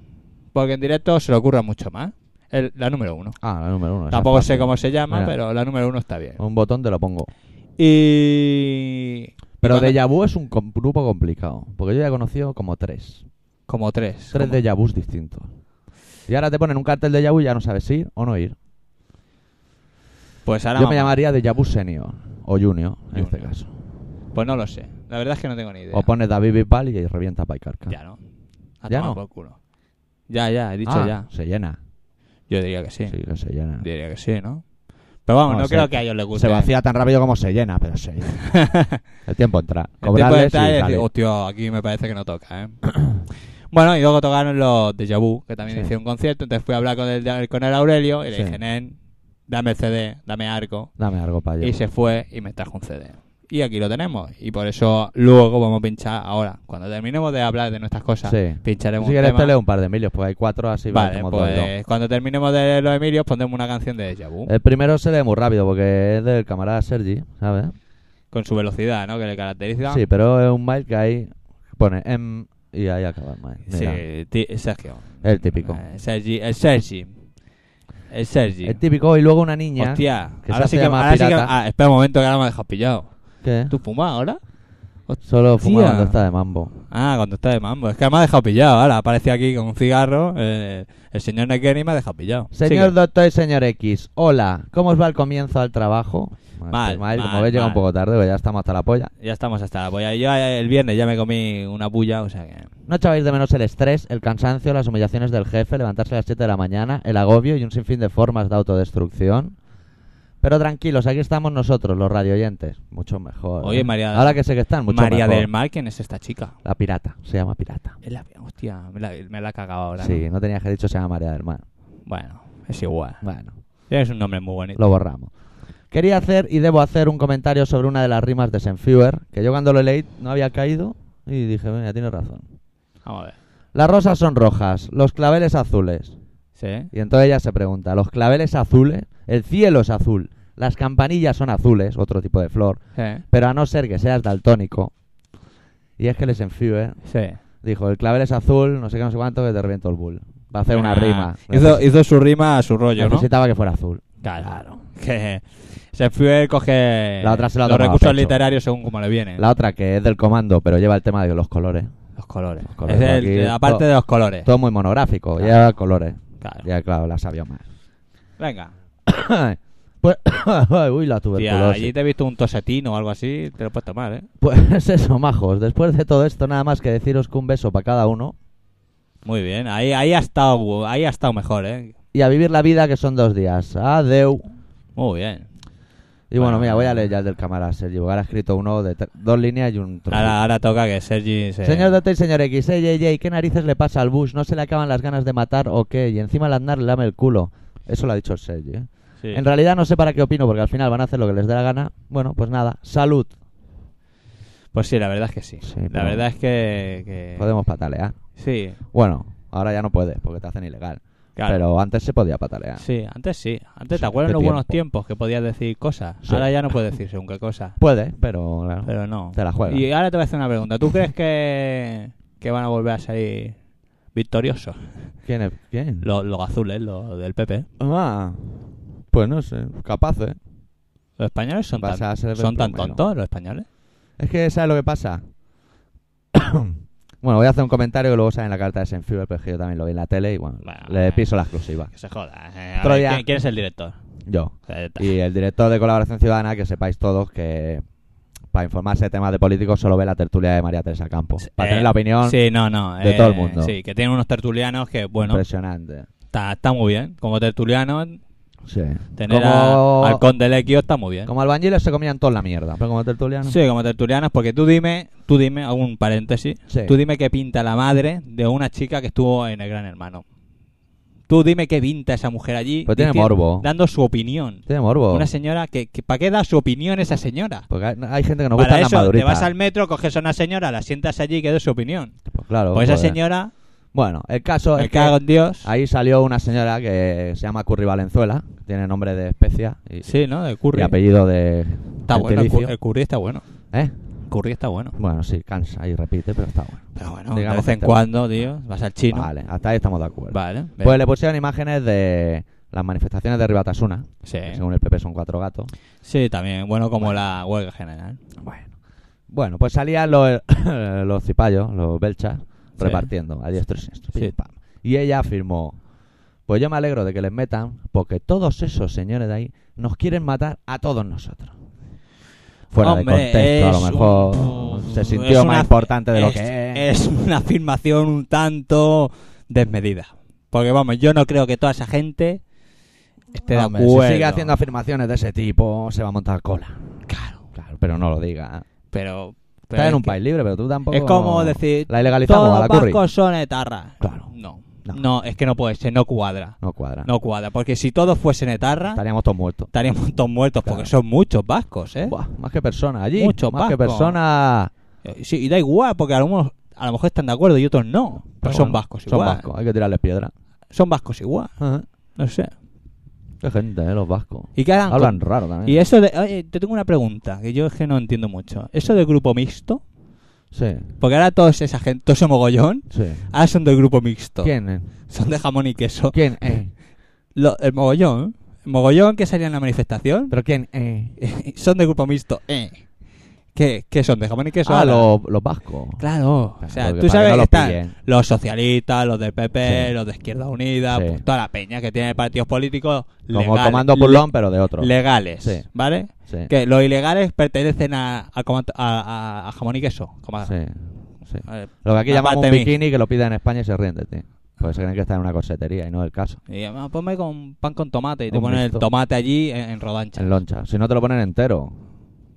A: Porque en directo se le ocurra mucho más. El- la número uno.
B: Ah, la número uno. esa
A: Tampoco
B: es
A: sé
B: fácil.
A: cómo se llama,
B: Mira.
A: pero la número uno está bien.
B: Un botón te lo pongo.
A: Y.
B: Pero
A: cuando-
B: Deja Vu es un com- grupo complicado. Porque yo ya he conocido como tres.
A: Como tres.
B: Tres
A: como-
B: Deja Vus distintos. Y ahora te ponen un cartel de Vu y ya no sabes ir o no ir.
A: Pues ahora.
B: Yo me
A: vamos-
B: llamaría Deja Vu Senior. O Junior, en este
A: Junior.
B: caso.
A: Pues no lo sé. La verdad es que no tengo ni idea.
B: O pones David Bipal y revienta Paikarka.
A: Ya no. A
B: Ya
A: tomar
B: no.
A: por culo. Ya, ya, he dicho
B: Ah,
A: ya.
B: Se llena.
A: Yo diría que sí.
B: Sí, que se llena.
A: Diría que sí, ¿no? Pero vamos,
B: No,
A: no,
B: se-
A: creo que a ellos les guste.
B: Se vacía tan rápido como se llena, pero se llena. El tiempo entra.
A: El tiempo de
B: Cobrarles y
A: estar y decir,
B: sale.
A: hostia, aquí me parece que no toca, ¿eh? bueno, y luego tocaron los de Vu, que también
B: Sí.
A: hicieron un concierto. Entonces fui a hablar con el, con el Aurelio y le
B: Sí.
A: dije, Nen, dame el CD, dame arco.
B: Dame algo para allá.
A: Y se fue y me trajo un CD. Y aquí lo tenemos. Y por eso luego vamos a pinchar ahora. Cuando terminemos de hablar de nuestras cosas,
B: Sí.
A: pincharemos
B: Si
A: un
B: quieres
A: tema.
B: te leo un par de Emilios, pues hay cuatro así
A: Vale,
B: hacemos dos y dos.
A: pues cuando terminemos de los Emilios pondremos una canción de Jabu.
B: El primero se lee muy rápido porque es del camarada Sergi, ¿sabes?
A: Con su velocidad, ¿no? Que le caracteriza.
B: Sí, pero es un mail que ahí pone M y ahí acaba el mail.
A: Sí,
B: Mira,
A: ti- Sergio.
B: El típico.
A: Eh, Sergi, el Sergi. El Sergi.
B: El típico y luego una niña.
A: Hostia,
B: Eh, que se
A: ahora sí
B: hace
A: que,
B: llamar
A: ahora sí que-
B: pirata.
A: ah, espera un momento que ahora me has dejado pillado.
B: ¿Qué?
A: ¿Tú fumas ahora?
B: Solo fuma
A: Tía.
B: cuando está de mambo.
A: Ah, cuando está de mambo. Es que me ha dejado pillado. Ahora aparece aquí con un cigarro. eh, el señor Nekeni me ha dejado pillado.
B: Señor
A: Sigue.
B: doctor y señor X, hola, ¿cómo os va el comienzo al trabajo?
A: Mal,
B: Este mail, como
A: mal,
B: ves, llega un
A: mal.
B: poco tarde, porque ya estamos hasta la polla.
A: Ya estamos hasta la polla. Yo eh, el viernes ya me comí una bulla, o sea que...
B: No echabais de menos el estrés, el cansancio, las humillaciones del jefe, levantarse a las 7 de la mañana, el agobio y un sinfín de formas de autodestrucción. Pero tranquilos, aquí estamos nosotros, los radioyentes. Mucho mejor.
A: Oye,
B: ¿eh?
A: María-
B: Ahora que sé que están, mucho
A: María
B: mejor.
A: del Mar, ¿quién es esta chica?
B: La pirata, se llama pirata.
A: Es la- Hostia, me la, me la ha cagado ahora.
B: sí,
A: ¿no?
B: no tenías que haber dicho se llama María del Mar.
A: Bueno, es igual.
B: Bueno,
A: Tienes un nombre muy bonito.
B: lo borramos. Quería hacer y debo hacer un comentario sobre una de las rimas de Senfewer, que yo cuando lo leí no había caído y dije, mira, tienes razón.
A: Vamos a ver.
B: Las rosas son rojas, los claveles azules.
A: ¿Sí?
B: Y entonces ella se pregunta, ¿los claveles azules? El cielo es azul, las campanillas son azules, otro tipo de flor,
A: Sí.
B: pero a no ser que seas daltónico. Y es que les enfibe,
A: Sí.
B: dijo, el clavel es azul, no sé qué, no sé cuánto, que te reviento el bull. Va a hacer una
A: Ah,
B: rima. Pues
A: Hizo, hizo su rima a su rollo, ¿no?
B: Necesitaba que fuera azul.
A: Claro. Que se fue coge
B: La otra se la
A: los
B: tomaba a
A: recursos
B: pecho.
A: literarios según como le vienen.
B: La otra que es del comando, pero lleva el tema de los colores.
A: Los colores.
B: Los colores.
A: Es el-
B: Aquí
A: la parte
B: to-
A: de los colores.
B: Todo muy monográfico,
A: Claro.
B: lleva colores.
A: Claro.
B: Ya, claro, la sabía más.
A: Venga.
B: pues, uy,
A: Tía,
B: la tuberculosis.
A: allí te he visto un tosetín o algo así, te lo puedes tomar, ¿eh?
B: Pues eso, majos. Después de todo esto, nada más que deciros que un beso para cada uno
A: Muy bien. Ahí, ahí ha estado, ahí ha estado mejor, ¿eh?
B: y a vivir la vida que son dos días. Adeu.
A: Muy bien.
B: Y bueno,
A: Bueno.
B: mira, voy a leer ya el del camarada Sergio. Ahora ha escrito uno de tre- dos líneas y un trozo.
A: Ahora, ahora toca que Sergi se...
B: Señor Dota y señor X, ey, ey, ey, ¿qué narices le pasa al Bush? ¿No se le acaban las ganas de matar o qué? Y encima el Aznar le lame el culo. Eso lo ha dicho el Sergio. ¿eh?
E: Sí.
B: En realidad no sé para qué opino, porque al final van a hacer lo que les dé la gana. Bueno, pues nada, salud.
A: Pues sí, la verdad es que sí.
B: Sí,
A: la
B: pero-
A: verdad es que... que-
B: Podemos patalear.
A: Sí,
B: Bueno, ahora ya no puedes, porque te hacen ilegal.
A: claro.
B: Pero antes se podía patalear.
A: Sí, antes sí. Antes
B: Sí,
A: te acuerdas
B: qué
A: los buenos
B: tiempo.
A: tiempos que podías decir cosas.
B: Sí.
A: Ahora ya no puedes decir según qué cosa.
B: Puede, pero, claro,
A: Pero no.
B: te la juegas.
A: Y ahora te voy a hacer una pregunta. ¿Tú crees que, que van a volver a salir victoriosos?
B: ¿Quién es? ¿Quién?
A: Los, los azules, los del PP.
B: Ah, pues no sé, capaz, ¿eh?
A: ¿Los españoles son
B: Vas a
A: tan,
B: ser el
A: son tan
B: primero.
A: tontos, los españoles?
B: Es que, ¿sabes lo que pasa? bueno, voy a hacer un comentario que luego sale en la carta de Senfibre, pero es que yo también lo vi en la tele y bueno,
A: Bueno,
B: le
A: eh.
B: piso la exclusiva.
A: Que se joda. eh. A
B: Otro
A: ver,
B: día-
A: ¿quién, quién es el director?
B: Yo.
A: O sea, ya está.
B: Y el director de Colaboración Ciudadana, que sepáis todos que para informarse de temas de políticos solo ve la tertulia de María Teresa Campos.
A: Eh,
B: Para tener la opinión,
A: sí, no, no, eh,
B: de todo el mundo. Pues
A: Sí, que tienen unos tertulianos que, bueno,
B: impresionante.
A: está, está muy bien. Como tertulianos,
B: Sí.
A: tener
B: Como-
A: a- al conde Lequio está muy bien.
B: Como albañiles se comían toda la mierda, pero como tertulianos...
A: Sí, como tertulianos, porque tú dime, tú dime, hago un paréntesis,
B: Sí.
A: tú dime qué pinta la madre de una chica que estuvo en el Gran Hermano. Tú dime qué pinta esa mujer allí.
B: Pues tiene
A: diciendo-
B: morbo. Oh.
A: Dando su opinión.
B: Tiene morbo.
A: Una señora que, ¿para qué da su opinión esa señora?
B: Porque hay, hay gente que nos gusta
A: Para
B: la
A: eso te
B: madurita.
A: vas al metro, coges a una señora, la sientas allí y que dé su opinión.
B: Pues claro.
A: Pues esa
B: joder.
A: señora,
B: Bueno, el caso
A: me
B: es que
A: cago en Dios.
B: ahí salió una señora que se llama Curry Valenzuela, que tiene nombre de especia y,
A: Sí, ¿no? El
B: y
A: curry.
B: apellido de
A: Está bueno, el,
B: gentilicio.
A: cur- el curry está bueno.
B: ¿Eh?
A: El curry está bueno.
B: Bueno, sí, cansa y repite, pero está bueno.
A: Pero bueno,
B: Digamos
A: de
B: que
A: vez en
B: está
A: cuando, tío, vas al chino.
B: Vale, hasta ahí estamos de acuerdo.
A: Vale.
B: Pues le pusieron imágenes de las manifestaciones de Ribatasuna,
A: Sí.
B: que según el PP son cuatro gatos.
A: Sí, también. Bueno, como la huelga general.
B: Bueno, bueno pues salían los, los cipayos, los belchas,
A: Sí.
B: repartiendo a diestro y siniestro. Pim,
A: Sí.
B: pam. Y ella afirmó, pues yo me alegro de que les metan, porque todos esos señores de ahí nos quieren matar a todos nosotros. Fuera
A: Hombre,
B: de contexto, a
A: es
B: lo mejor
A: un-
B: se
A: es
B: sintió
A: una-
B: más importante de lo
A: es-
B: que es.
A: Es una afirmación un tanto desmedida. Porque vamos, yo no creo que toda esa gente esté de
B: Este Hombre,
A: acuerdo.
B: si sigue haciendo afirmaciones de ese tipo, se va a montar cola.
A: Claro,
B: Claro, pero no lo diga.
A: pero. pero
B: Estás
A: es
B: en un
A: que-
B: país libre, pero tú tampoco.
A: Es como decir.
B: La ilegalizamos
A: Todos
B: a la
A: los
B: curry.
A: vascos son etarras.
B: Claro.
A: No,
B: No.
A: no. es que no puede ser, no cuadra.
B: No cuadra.
A: No cuadra. Porque si todos fuesen etarras,
B: Estaríamos todos muertos.
A: estaríamos todos muertos.
B: Claro.
A: Porque son muchos vascos, ¿eh?
B: Buah, más que personas allí.
A: Mucho
B: más que
A: vasco.
B: personas.
A: Eh, Sí, y da igual, porque algunos a lo mejor están de acuerdo y otros no. Pero,
B: Pero
A: son
B: bueno,
A: vascos
B: Son
A: igual.
B: vascos, hay que tirarles piedra.
A: Son vascos igual.
B: Ajá.
A: No sé.
B: Qué gente, eh, los vascos.
A: ¿Y qué harán
B: Hablan eh.
A: con-
B: raro también.
A: Y eso de. Oye, te tengo una pregunta, que yo es que no entiendo mucho. Eso del grupo mixto,
B: Sí,
A: porque ahora todos esa gente, todo ese mogollón,
B: sí.
A: ahora son del grupo mixto.
B: ¿Quién? eh?
A: Son de jamón y queso.
B: ¿Quién? eh?
A: Lo- el mogollón, el mogollón que salía en la manifestación,
B: ¿Pero quién? eh?
A: son de grupo mixto. Eh. ¿Qué, qué son? ¿De jamón y queso?
B: Ah,
A: ahora?
B: los los vascos.
A: Claro, o
B: Claro,
A: sea,
B: porque
A: tú
B: para
A: sabes
B: que no
A: que
B: los
A: están
B: pillen.
A: los socialistas, los del PP,
B: Sí.
A: los de Izquierda Unida,
B: Sí.
A: pues toda la peña que tiene partidos políticos
B: Como
A: legal-
B: comando burlón, pero de otro.
A: legales,
B: Sí.
A: ¿vale?
B: Sí.
A: Que los ilegales pertenecen a, a, comando- a- a- a jamón y queso. como a-
B: Sí, sí.
A: a-
B: Lo que aquí llamamos
A: aparte de
B: un
A: mí.
B: bikini que lo piden en España y se ríen de ti. Porque se creen que está en una corsetería y no es el caso.
A: Y ah, ponme con pan con tomate y te
B: Un
A: ponen
B: mixto.
A: el tomate allí en, en rodancha.
B: En loncha. Si no te lo ponen entero.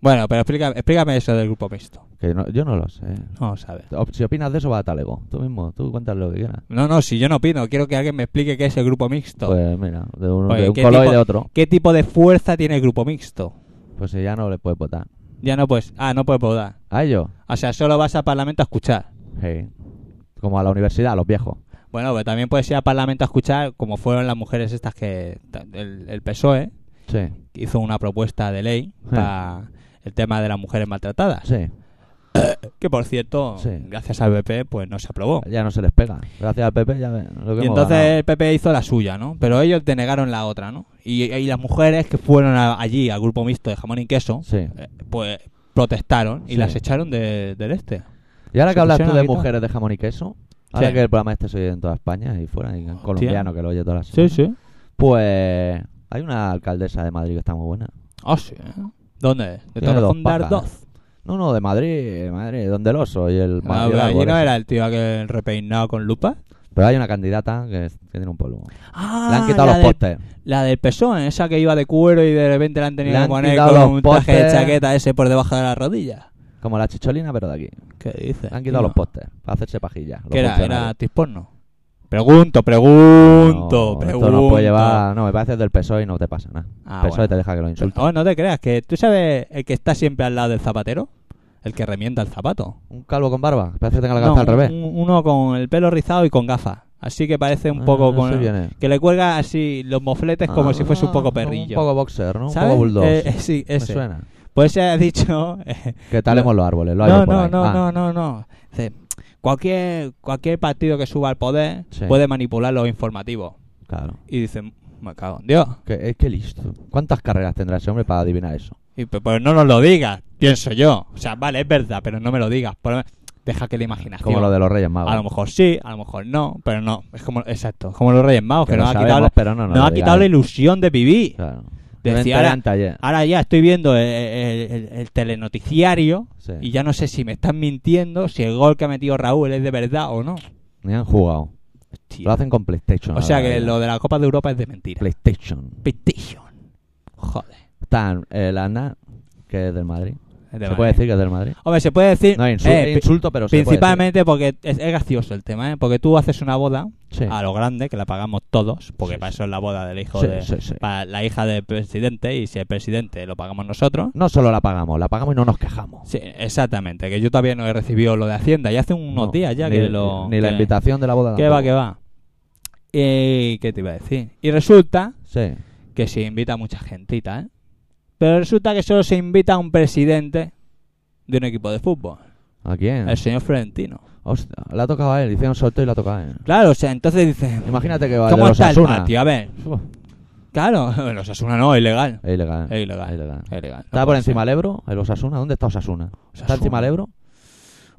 A: Bueno, pero explica- explícame eso del grupo mixto.
B: Que no- yo no lo sé.
A: No lo sabes.
B: Op- Si opinas de eso, va a Talego. Tú mismo, tú cuentas lo que quieras.
A: No, no, si yo no opino, quiero que alguien me explique qué es el grupo mixto.
B: Pues mira, de un,
A: Oye,
B: de un
A: ¿qué
B: color y
A: tipo-
B: de otro.
A: ¿Qué tipo de fuerza tiene el grupo mixto?
B: Pues si ya no le puedes votar.
A: Ya no puedes. Ah, no puedes votar.
B: ¿A ellos?
A: O sea, solo vas al Parlamento a escuchar.
B: Sí. Como a la universidad, a los viejos.
A: Bueno, pero también puedes ir al Parlamento a escuchar, como fueron las mujeres estas que ta- el, el PSOE
B: Sí,
A: E, hizo una propuesta de ley
B: Sí.
A: para el tema de las mujeres maltratadas.
B: sí.
A: Que por cierto,
B: Sí.
A: gracias al PP, pues no se aprobó.
B: Ya no se les pega. Gracias al PP ya ve lo que
A: Y
B: hemos
A: entonces
B: ganado.
A: el PP hizo la suya, ¿no? Pero ellos denegaron la otra, ¿no? Y, y las mujeres que fueron a- allí al grupo mixto de jamón y queso,
B: Sí.
A: eh, pues protestaron y
B: Sí.
A: las echaron de- del este.
B: Y ahora
A: se
B: que hablas tú
A: pusieron
B: de
A: a quitar.
B: mujeres de jamón y queso, ahora
A: Sí.
B: que el programa este se oye en toda España y fuera, y en colombiano que lo oye todas las
A: sí.
B: Pues hay una alcaldesa de Madrid que está muy buena.
A: Ah, sí. ¿eh? ¿Dónde? es? De
B: Tiene dos ¿eh?
A: Torrefondar
B: pajas.
A: 2.
B: No, no, de Madrid, de Madrid, donde el oso y el...
A: Ah,
B: Madrid
A: pero allí
B: árbol
A: no
B: ese.
A: era el tío aquel repeinado con lupa.
B: Pero hay una candidata que, es- que tiene un polvo.
A: Ah,
B: Le han quitado los
A: del-
B: pósters.
A: La del PSOE, esa que iba de cuero y de repente la han tenido
B: Le
A: que
B: han
A: poner
B: quitado
A: con
B: los
A: un traje de
B: postes.
A: chaqueta ese por debajo de la rodilla.
B: Como la chicholina, pero de aquí.
A: ¿Qué dices?
B: Le han quitado
A: tío?
B: los pósters para hacerse pajillas. los
A: ¿Qué era?
B: funcionarios.
A: ¿Era tisporno? Pregunto, pregunto,
B: no,
A: pregunto.
B: Esto no puede llevar. No, me parece del PSOE y no te pasa nada.
A: Ah,
B: PSOE
A: bueno.
B: te deja que lo insulte.
A: Oh, no te creas, que tú sabes el que está siempre al lado del zapatero, el que remienta el zapato.
B: ¿Un calvo con barba? Parece que tenga la
A: No,
B: cabeza al revés.
A: un- uno con el pelo rizado y con gafas. Así que parece un
B: Ah,
A: poco
B: no
A: con.
B: sé bien, eh.
A: Que le cuelga así los mofletes como
B: Ah,
A: si fuese un poco
B: como
A: perrillo.
B: Un poco boxer, ¿no?
A: ¿Sabes?
B: Un poco bulldog.
A: Eh, eh, sí,
B: me
A: ese.
B: suena.
A: Pues se ha dicho. eh,
B: Que talemos los árboles, lo hay
A: no,
B: por
A: no,
B: ahí.
A: no,
B: Ah,
A: no, no, no. Dice, cualquier, cualquier partido que suba al poder
B: Sí.
A: puede manipular los informativos.
B: Claro.
A: Y dicen, me cago en Dios.
B: Que, es que listo. ¿Cuántas carreras tendrá ese hombre para adivinar eso?
A: Y pues, pues no nos lo digas, pienso yo. O sea, vale, es verdad, pero no me lo digas. Por lo menos, deja que la imaginación.
B: Como lo de los Reyes Magos.
A: A lo mejor sí, a lo mejor no, pero no. Es como, exacto, como los Reyes Magos, que,
B: Que
A: nos,
B: lo
A: ha quitado,
B: sabemos,
A: la-
B: pero no nos
A: nos
B: lo
A: ha quitado la
B: digáis.
A: ilusión de vivir.
B: Claro.
A: Decía, Ah.
B: Me enteré
A: ahora-
B: antes ayer.
A: Ahora ya estoy viendo el, el- el- el telenoticiario
B: Sí.
A: y ya no sé si me están mintiendo, si el gol que ha metido Raúl es de verdad o no.
B: Ni han jugado.
A: Hostia.
B: Lo hacen con PlayStation.
A: o sea
B: ahora,
A: que
B: ya.
A: lo de la Copa de Europa es de mentira.
B: PlayStation.
A: PlayStation. Joder.
B: Están eh, la Ana, que es del Madrid.
A: es
B: ¿Se
A: de
B: puede
A: Madrid.
B: decir que es del Madrid?
A: Hombre, se puede decir.
B: No, insu-
A: eh, pi-
B: insulto, pero se puede decir.
A: Principalmente porque es, es gracioso el tema, ¿eh? Porque tú haces una boda
B: Sí.
A: a lo grande, que la pagamos todos, porque
B: Sí,
A: para eso es la boda del hijo
B: Sí,
A: de.
B: sí, sí.
A: Para la hija del presidente, y si el presidente lo pagamos nosotros.
B: No solo la pagamos, la pagamos y no nos quejamos.
A: Sí, exactamente, que yo todavía no he recibido lo de Hacienda, y hace unos
B: No,
A: días ya
B: ni,
A: que lo.
B: Ni la
A: que-
B: invitación de la boda.
A: Que va, que va.
B: tampoco.
A: ¿Y qué te iba a decir? Y resulta
B: Sí.
A: que se invita a mucha gentita, ¿eh? Pero resulta que solo se invita a un presidente de un equipo de fútbol,
B: ¿A quién?
A: el señor Florentino.
B: Hostia, la ha tocado a él, hicieron sorteo y la ha tocado a él.
A: Claro, o sea, entonces dice,
B: Imagínate que va el de
A: ¿cómo
B: los
A: está el
B: Asuna.
A: patio? A ver, claro, los Asuna no, es ilegal.
B: Es ilegal.
A: Es ilegal.
B: Es ilegal.
A: Es ilegal.
B: ¿Está
A: No
B: por
A: puede
B: encima
A: ser.
B: del Ebro? ¿El Osasuna? ¿Dónde está Osasuna? ¿Está
A: Osasuna.
B: encima del Ebro?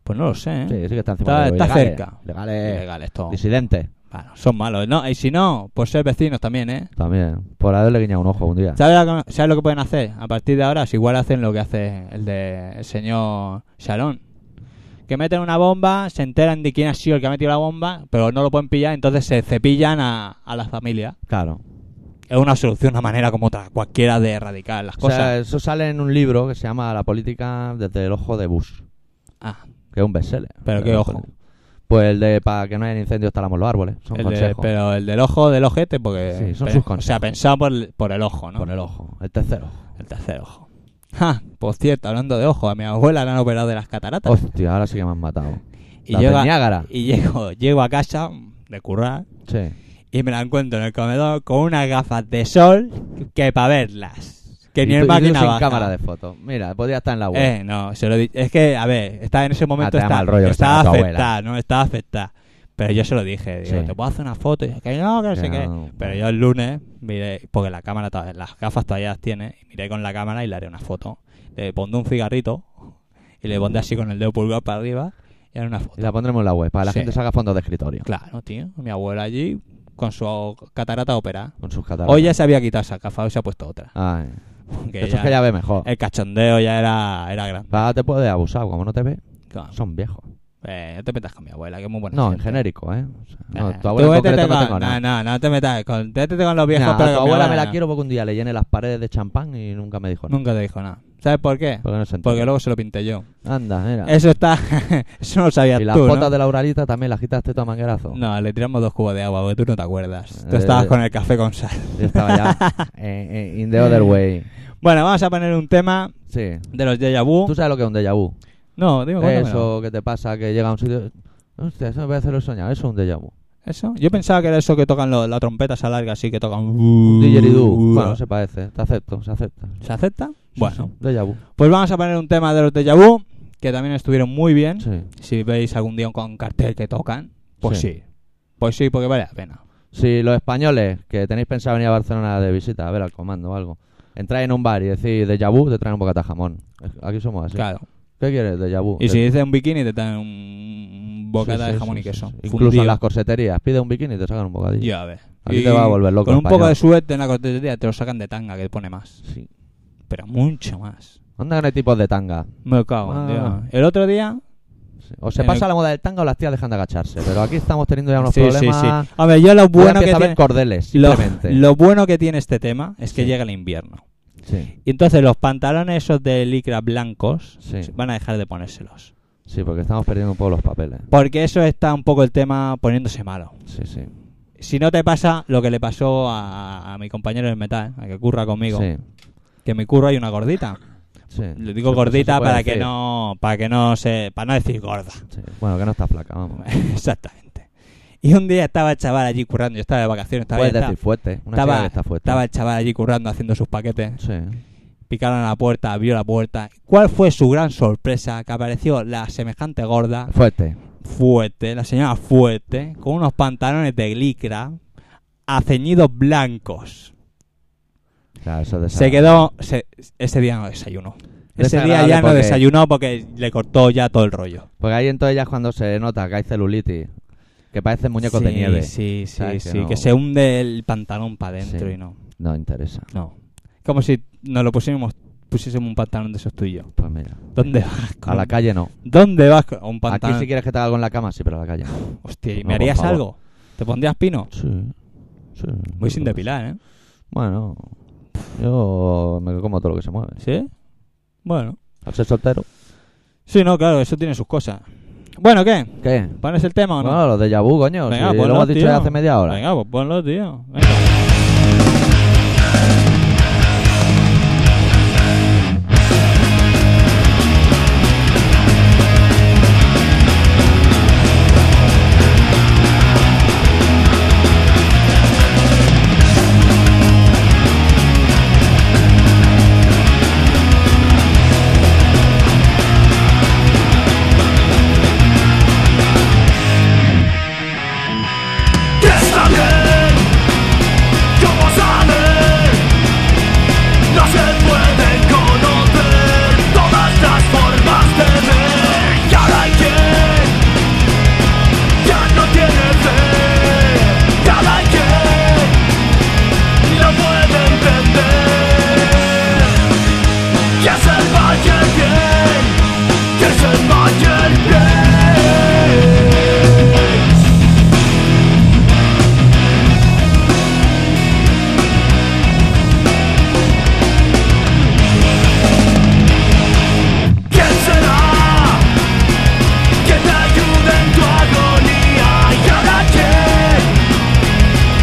A: Pues no lo sé, ¿eh?
B: Sí, eh, sí que está encima
A: Está,
B: del Ebro.
A: está
B: Ilegales,
A: cerca.
B: Ilegales.
A: Ilegal esto.
B: Disidentes.
A: Bueno, son malos. No, y si no, pues ser vecinos también, ¿eh?
B: También. Por haberle guiñado un ojo un día.
A: ¿Sabes lo, que, sabes lo que pueden hacer? A partir de ahora, si igual hacen lo que hace el de el señor Shalom. Que meten una bomba, se enteran de quién ha sido el que ha metido la bomba, pero no lo pueden pillar, entonces se cepillan a, a la familia.
B: Claro.
A: Es una solución, una manera como otra, cualquiera de erradicar las
B: O sea,
A: cosas.
B: eso sale en un libro que se llama La política desde el ojo de Bush.
A: Ah,
B: Que es un bestseller.
A: Pero qué
B: El
A: ojo.
B: de- Pues el de para que no haya incendios talamos los árboles. Son
A: el de-
B: consejos.
A: pero el del ojo, del ojete, porque.
B: Sí, son
A: pe-
B: sus
A: O sea,
B: consejos.
A: pensado por el, por el ojo, ¿no?
B: Con el ojo. El tercer ojo.
A: El tercer ojo. Ja, por cierto, hablando de ojo, a mi abuela la han operado de las cataratas.
B: Hostia, ahora sí que me han matado.
A: y
B: las del
A: llega-
B: Niágara.
A: y llego, llego a casa de currar.
B: Sí.
A: Y me la encuentro en el comedor con unas gafas de sol que para verlas. Que
B: Y
A: ni
B: tú-
A: en
B: y tú
A: máquina
B: sin
A: baja.
B: cámara de fotos. Mira, podría estar en la web.
A: Eh, no, se lo di- Es que, a ver, está en ese momento
B: Ah, te da
A: está,
B: mal rollo que
A: estaba
B: sea tu
A: afectada, ¿no? Estaba afectada. Pero yo se lo dije, digo,
B: Sí.
A: te puedo hacer una foto y dice, que no, que no
B: Que
A: sé qué.
B: no.
A: Pero yo el lunes miré, porque la cámara todavía- las gafas todavía las tiene, y miré con la cámara y le haré una foto. Le pondré un cigarrito y le pondré así con el dedo pulgar para arriba y haré una foto.
B: Y la pondremos en la web para que la
A: Sí.
B: gente salga fondos de escritorio.
A: Claro, tío, mi abuela allí con su catarata operada.
B: Con sus catálogos.
A: Hoy ya se había quitado esa gafa, hoy se ha puesto otra.
B: Ay,
A: Que
B: esto
A: ya- eh.
B: es que ya ve mejor.
A: El cachondeo ya era, era grande.
B: Va, te puede abusar, como no te ve,
A: Claro.
B: son viejos.
A: Eh, no te metas con mi abuela, que es muy buena.
B: No, en
A: gente.
B: genérico, ¿eh? O sea, no,
A: Eh,
B: tu abuela en
A: tú métete
B: concreto no
A: con-
B: tengo nada.
A: No, no, no te metas con, métete con los viejos.
B: Nah,
A: pero
B: a tu
A: con mi
B: abuela me la
A: no.
B: quiero porque un día le llené las paredes de champán y nunca me dijo nada.
A: Nunca te dijo nada. ¿Sabes por qué?
B: Porque no se
A: Porque
B: enteró.
A: luego se lo pinté yo.
B: Anda, mira.
A: Eso está. Eso no lo sabías
B: y las
A: tú.
B: botas
A: ¿no?
B: de la Uralita también las quitaste tú a manguerazo.
A: No, le tiramos dos cubos de agua, porque tú no te acuerdas. Tú
B: Eh.
A: estabas con el café con sal.
B: Yo estaba ya eh, eh, in the other way.
A: Bueno, vamos a poner un tema
B: Sí.
A: de los Deja Vu.
B: ¿Tú sabes lo que es un déjà vu?
A: No, digo, cuéntamelo.
B: Eso que te pasa, que llega a un sitio... Hostia, eso me parece lo he soñado. Eso es un déjà vu.
A: ¿Eso? Yo pensaba que era eso que tocan los- la trompeta esa larga, así que tocan.
B: Didgeridoo. Bueno, se parece. Te acepto, se acepta.
A: ¿Se acepta? uh. Bueno,
B: Déjà vu.
A: pues vamos a poner un tema de los Deja Vu, que también estuvieron muy bien.
B: Sí.
A: Si veis algún día un cartel que tocan, pues
B: Sí.
A: sí. Pues sí, porque vale la pena.
B: Si los españoles que tenéis pensado venir a Barcelona de visita, a ver al comando o algo, entráis en un bar y decís déjà vu, te traen un bocata de jamón. Es- Aquí somos así.
A: Claro.
B: ¿Qué quieres, déjà vu?
A: Y
B: Te-
A: si dices un bikini, te dan un bocata
B: Pues Sí, sí,
A: de jamón
B: sí,
A: y
B: sí,
A: queso.
B: sí. Incluso
A: Fundido.
B: en las corseterías. Pide un bikini y te sacan un bocadillo.
A: Ya ves.
B: Aquí te va a volver loco
A: Con
B: el
A: un poco
B: español.
A: de suerte en la cortesería te lo sacan de tanga, que pone más.
B: Sí.
A: Pero mucho más.
B: Anda que no hay tipos de tanga.
A: Me cago en
B: Ah.
A: Dios. El otro día
B: Sí. O se
A: En
B: pasa
A: el-
B: la moda del tanga o las tías dejan de agacharse. Pero aquí estamos teniendo ya unos
A: sí,
B: problemas.
A: Sí, sí. A ver, yo lo
B: Ahora
A: bueno que
B: empieza a haber
A: tiene,
B: cordeles,
A: lo,
B: simplemente.
A: lo bueno que tiene este tema es que
B: Sí.
A: llega el invierno.
B: Sí.
A: Y entonces los pantalones esos de licra blancos
B: Sí.
A: se- van a dejar de ponérselos.
B: Sí, porque estamos perdiendo un poco los papeles.
A: Porque eso está un poco el tema poniéndose malo.
B: Sí, sí.
A: Si no te pasa lo que le pasó a, a mi compañero del metal, a que curra conmigo,
B: Sí,
A: que en mi curro hay una gordita.
B: sí.
A: Le
B: Sí,
A: digo
B: pues eso
A: gordita
B: se puede
A: para que
B: decir.
A: no para que no se para no decir gorda.
B: Sí. Bueno, que no está flaca, vamos.
A: Exactamente. Y un día estaba el chaval allí currando, yo estaba de vacaciones, estaba
B: Puedes
A: ya está-
B: decir fuerte. Una chica
A: estaba,
B: que está fuerte.
A: estaba el chaval allí currando haciendo sus paquetes.
B: Sí.
A: Picaron a la puerta, abrió la puerta. ¿Cuál fue su gran sorpresa? Que apareció la semejante gorda,
B: Fuerte.
A: fuerte, la señora fuerte, con unos pantalones de glicra, a ceñidos blancos.
B: Claro, eso es de
A: Se
B: esa-
A: quedó. se- ese día no desayunó. Ese día
B: Desagradable
A: ya no
B: porque-
A: desayunó porque le cortó ya todo el rollo.
B: Porque ahí entonces ya es cuando se nota que hay celulitis. Que parecen muñecos de
A: Sí,
B: nieve.
A: Sí, sí,
B: ¿Sabes?
A: sí.
B: Que
A: Que,
B: no-
A: se hunde el pantalón para adentro
B: Sí.
A: y no.
B: No interesa.
A: No. Como si nos lo pusiéramos, pusiésemos un pantalón de esos tuyos.
B: Pues mira.
A: ¿Dónde vas? con-
B: A la calle no.
A: ¿Dónde vas? con- Un
B: Aquí
A: pantalón.
B: si quieres que te haga algo en la cama, sí, pero a la calle no.
A: Hostia, ¿y
B: No,
A: me
B: por
A: harías
B: favor.
A: algo? ¿Te pondrías pino?
B: Sí. sí
A: Voy
B: Yo
A: sin
B: creo que
A: depilar, ¿eh?
B: sí. Bueno. Yo me como todo lo que se mueve.
A: ¿Sí? Bueno.
B: Al ser soltero.
A: Sí, no, claro, eso tiene sus cosas. Bueno, ¿qué?
B: ¿Qué?
A: ¿Pones el tema o no?
B: Bueno, los de Yabu, coño.
A: Venga,
B: si
A: ponlo,
B: lo hemos dicho
A: tío.
B: ya hace media hora.
A: Venga, pues ponlo, tío. Venga.
E: Que está bien, como saben, no se pueden conocer todas las formas de ver. Y ahora hay quien ya no tiene fe, y ahora hay quien no puede entender. Que es el valle bien, que es el valle bien. ¿Quién será? ¿Quién te ayuda en tu agonía? ¿Y ahora quién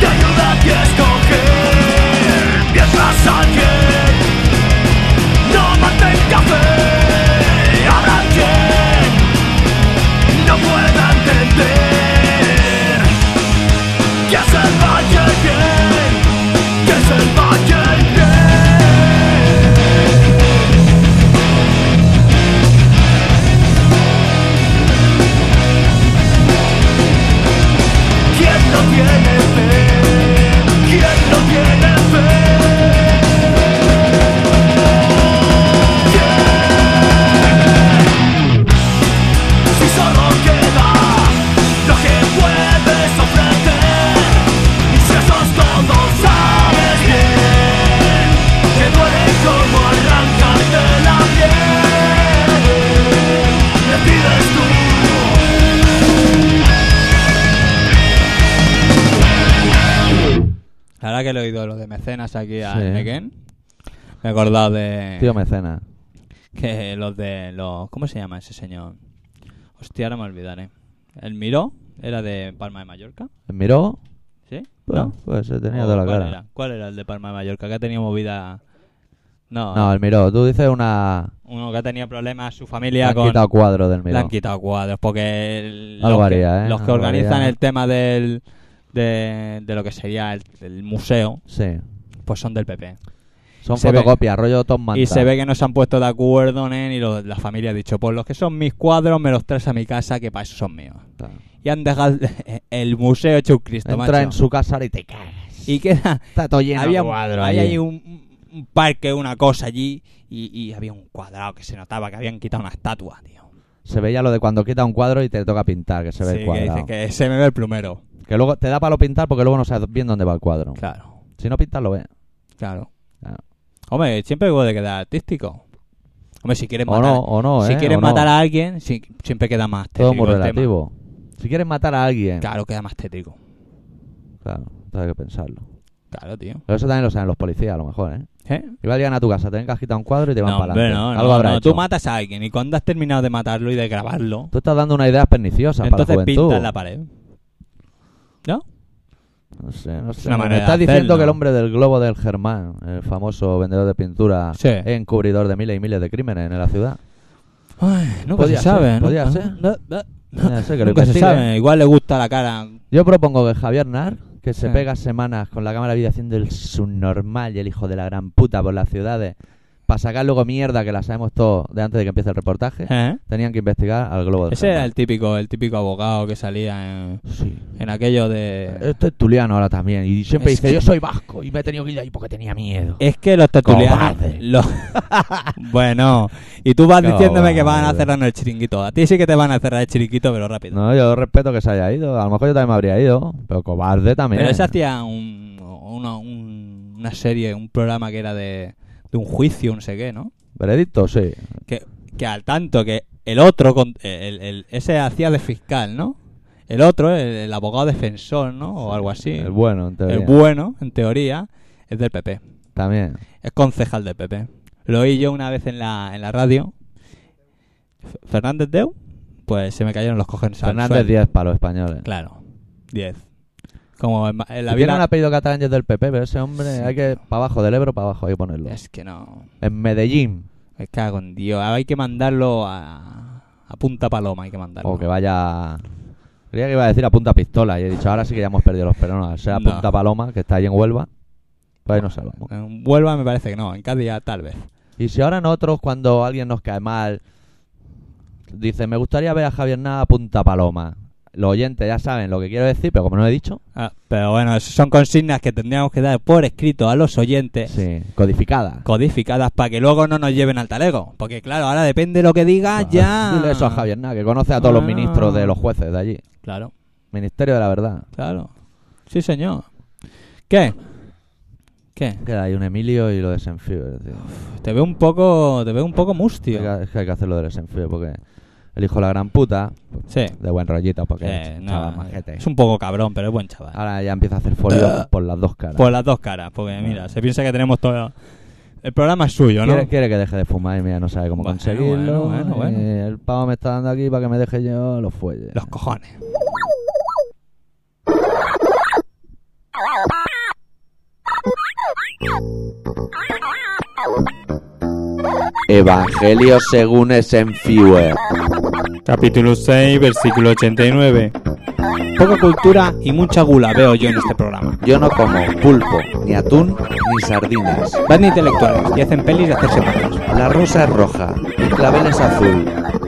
E: te ayuda a ti a escoger? Mientras alguien no mantenga fe ¿Y ahora quién no pueda entender? ¿Qué es el valle bien? ¿Qué es el valle bien? ¿Quién no tiene fe? ¿Quién no tiene fe? ¿Quién? Si solo queda lo que puedes ofrecer Y si eso es todo sabes bien Que duele como arrancarte la piel Le pides tú
A: Ahora que le he oído lo de mecenas aquí a
B: Sí.
A: Nequén, me he acordado de
B: Tío mecena.
A: que los de los ¿cómo se llama ese señor? Hostia, ahora me olvidaré. El Miró era de Palma de Mallorca,
B: ¿Miró?
A: ¿sí?
B: Bueno,
A: ¿No? Oh,
B: pues se tenía
A: ¿O
B: toda la
A: cuál
B: cara.
A: Era? ¿Cuál era el de Palma de Mallorca que ha tenido movida? No,
B: No, el Miró. Tú dices una...
A: uno que ha tenido problemas su
B: Le
A: familia
B: han
A: con
B: quitado cuadro del
A: le
B: Miró.
A: han quitado cuadros porque el- los,
B: Algo
A: que,
B: haría, ¿eh?
A: los que
B: Algo haría.
A: organizan el tema del de, de lo que sería el, el museo
B: Sí.
A: pues son del PP.
B: Son
A: Se ve-
B: fotocopias, rollo Tom Manta.
A: Y se ve que no se han puesto de acuerdo, nen, y lo- la familia ha dicho, pues los que son mis cuadros me los traes a mi casa, que para eso son míos. Y han dejado el museo hecho un Cristo,
B: Entra
A: macho.
B: en su casa ahora y te cagas.
A: Y queda...
B: Está todo lleno
A: había
B: de eh. cuadros
A: había
B: allí.
A: ahí un, un parque, una cosa allí, y, y había un cuadrado que se notaba que habían quitado una estatua, tío.
B: Se veía lo de cuando quita un cuadro y te toca pintar, que se ve
A: Sí,
B: el
A: que
B: cuadrado.
A: dice que se me ve el plumero.
B: que... luego te da para lo pintar porque luego no sabes bien dónde va el cuadro.
A: Claro,
B: Si no eh. pintas, lo ves.
A: claro.
B: Claro.
A: Hombre, siempre puede quedar artístico. Hombre, si quieres
B: O
A: matar,
B: no, o no,
A: si
B: ¿eh?
A: quieres
B: O no.
A: matar a alguien, si- siempre queda más
B: Todo
A: tétrico
B: muy
A: el tema.
B: relativo. eh. Si quieres matar a alguien,
A: Claro, queda más tétrico.
B: claro, todo hay que pensarlo.
A: Claro, tío.
B: Pero eso también lo saben los policías, a lo mejor, ¿eh?
A: ¿Eh?
B: Igual llegan a tu casa, te ven cajita un cuadro y te van
A: No,
B: para
A: hombre,
B: adelante.
A: no, no,
B: Algo habrá
A: no.
B: hecho.
A: Tú matas a alguien y cuando has terminado de matarlo y de grabarlo,
B: Tú estás dando una idea perniciosa
A: entonces
B: para la juventud.
A: pintas la pared. ¿No?
B: No sé, no sé.
A: una
B: Me
A: manera de
B: estás diciendo
A: hacerlo.
B: que el hombre del globo del Germán, el famoso vendedor de pintura,
A: Sí.
B: es encubridor de miles y miles de crímenes en la ciudad.
A: Ay, nunca
B: Podía
A: se
B: ser,
A: sabe, ¿no?
B: podía
A: Ah,
B: ser.
A: no, no, no.
B: Podía ser que lo
A: Nunca se
B: investiguen.
A: sabe. Igual le gusta la cara.
B: Yo propongo que Javier Nar, que se
A: Sí.
B: pega semanas con la cámara de vídeo haciendo el subnormal y el hijo de la gran puta por las ciudades, para sacar luego mierda que la sabemos todos de antes de que empiece el reportaje,
A: ¿Eh?
B: tenían que investigar al globo del
A: Ese era
B: Germán.
A: el típico, el típico abogado que salía en,
B: Sí.
A: en aquello de.
B: Este es tuliano ahora también y siempre
A: Eh. Es
B: dice
A: que- Eh.
B: yo soy vasco y me he tenido que ir de ahí porque tenía miedo.
A: Es que los tertulianos.
B: Cobarde.
A: los- bueno, y tú vas diciéndome que van a
B: Cobarde.
A: cerrarnos el chiringuito. A ti sí que te van a cerrar el chiringuito, pero rápido.
B: No, yo respeto que se haya ido. A lo mejor yo también me habría ido, pero cobarde también.
A: Pero se hacía un- una, un- una serie, un programa que era de, de un juicio, no sé qué, ¿no?
B: Veredicto, sí.
A: Que, que al tanto que el otro, con- el, el- ese hacía de fiscal, ¿no? El otro, el, el abogado defensor, ¿no? O algo así.
B: El bueno, en teoría.
A: El bueno, en teoría, es del PP.
B: También.
A: Es concejal del PP. Lo oí yo una vez en la, en la radio. F- Fernández Deu, pues se me cayeron los cojones al
B: Fernández
A: suelo.
B: 10 para los españoles.
A: Claro, 10. Como en, ma- en la
B: Y tiene un
A: vida...
B: apellido catalán y es del PP, pero ese hombre
A: Sí,
B: hay que... Para abajo, del Ebro para abajo hay que ponerlo.
A: Es que no...
B: En Medellín.
A: Me cago en Dios. Ahora hay que mandarlo a, a Punta Paloma, hay que mandarlo.
B: O que vaya... Creía que iba a decir a punta pistola y he dicho, ahora sí que ya hemos perdido los peronos. O sea, a
A: No.
B: punta paloma, que está ahí en Huelva. Pues ahí nos salvamos.
A: En Huelva me parece que no, en Cádiz ya tal vez.
B: Y si ahora nosotros, cuando alguien nos cae mal, dice, me gustaría ver a Javier Nada a punta paloma. Los oyentes ya saben lo que quiero decir, pero como no he dicho...
A: Ah, pero bueno, esas son consignas que tendríamos que dar por escrito a los oyentes,
B: Sí, codificada.
A: codificadas, para que luego no nos lleven al talego. Porque claro, ahora depende de lo que digas, ya...
B: Dile eso a Javier Nada, que conoce a todos los
A: Ah.
B: ministros de los jueces de allí.
A: Claro,
B: Ministerio de la Verdad.
A: claro. Sí, señor. ¿Qué? ¿Qué?
B: Queda ahí un Emilio y lo de Senfiebre, tío.
A: Te veo un poco, te veo un poco
B: Es
A: mustio.
B: que- Es que hay que hacer lo de Senfiebre porque el hijo de la gran puta,
A: Sí.
B: de buen rollito, porque
A: Eh,
B: es un
A: no,
B: chaval majete.
A: es un poco cabrón, pero es buen chaval.
B: Ahora ya empieza a hacer
A: Eh.
B: folio por las dos caras.
A: Por las dos caras, porque mira, se piensa que tenemos todo. El programa es suyo, ¿no?
B: Quiere, quiere que deje de fumar y mira, no sabe cómo
A: Bueno,
B: conseguirlo.
A: bueno, bueno,
B: y El pavo me está dando aquí para que me deje yo los fuelles.
A: Los cojones.
B: Evangelio según Senfiebre.
A: Capítulo 6, versículo 89. Poca cultura y mucha gula veo yo en este programa.
B: Yo no como pulpo, ni atún, ni sardinas.
A: Van de intelectuales y hacen pelis de hacerse malos.
B: La rosa es roja, el clavel es azul.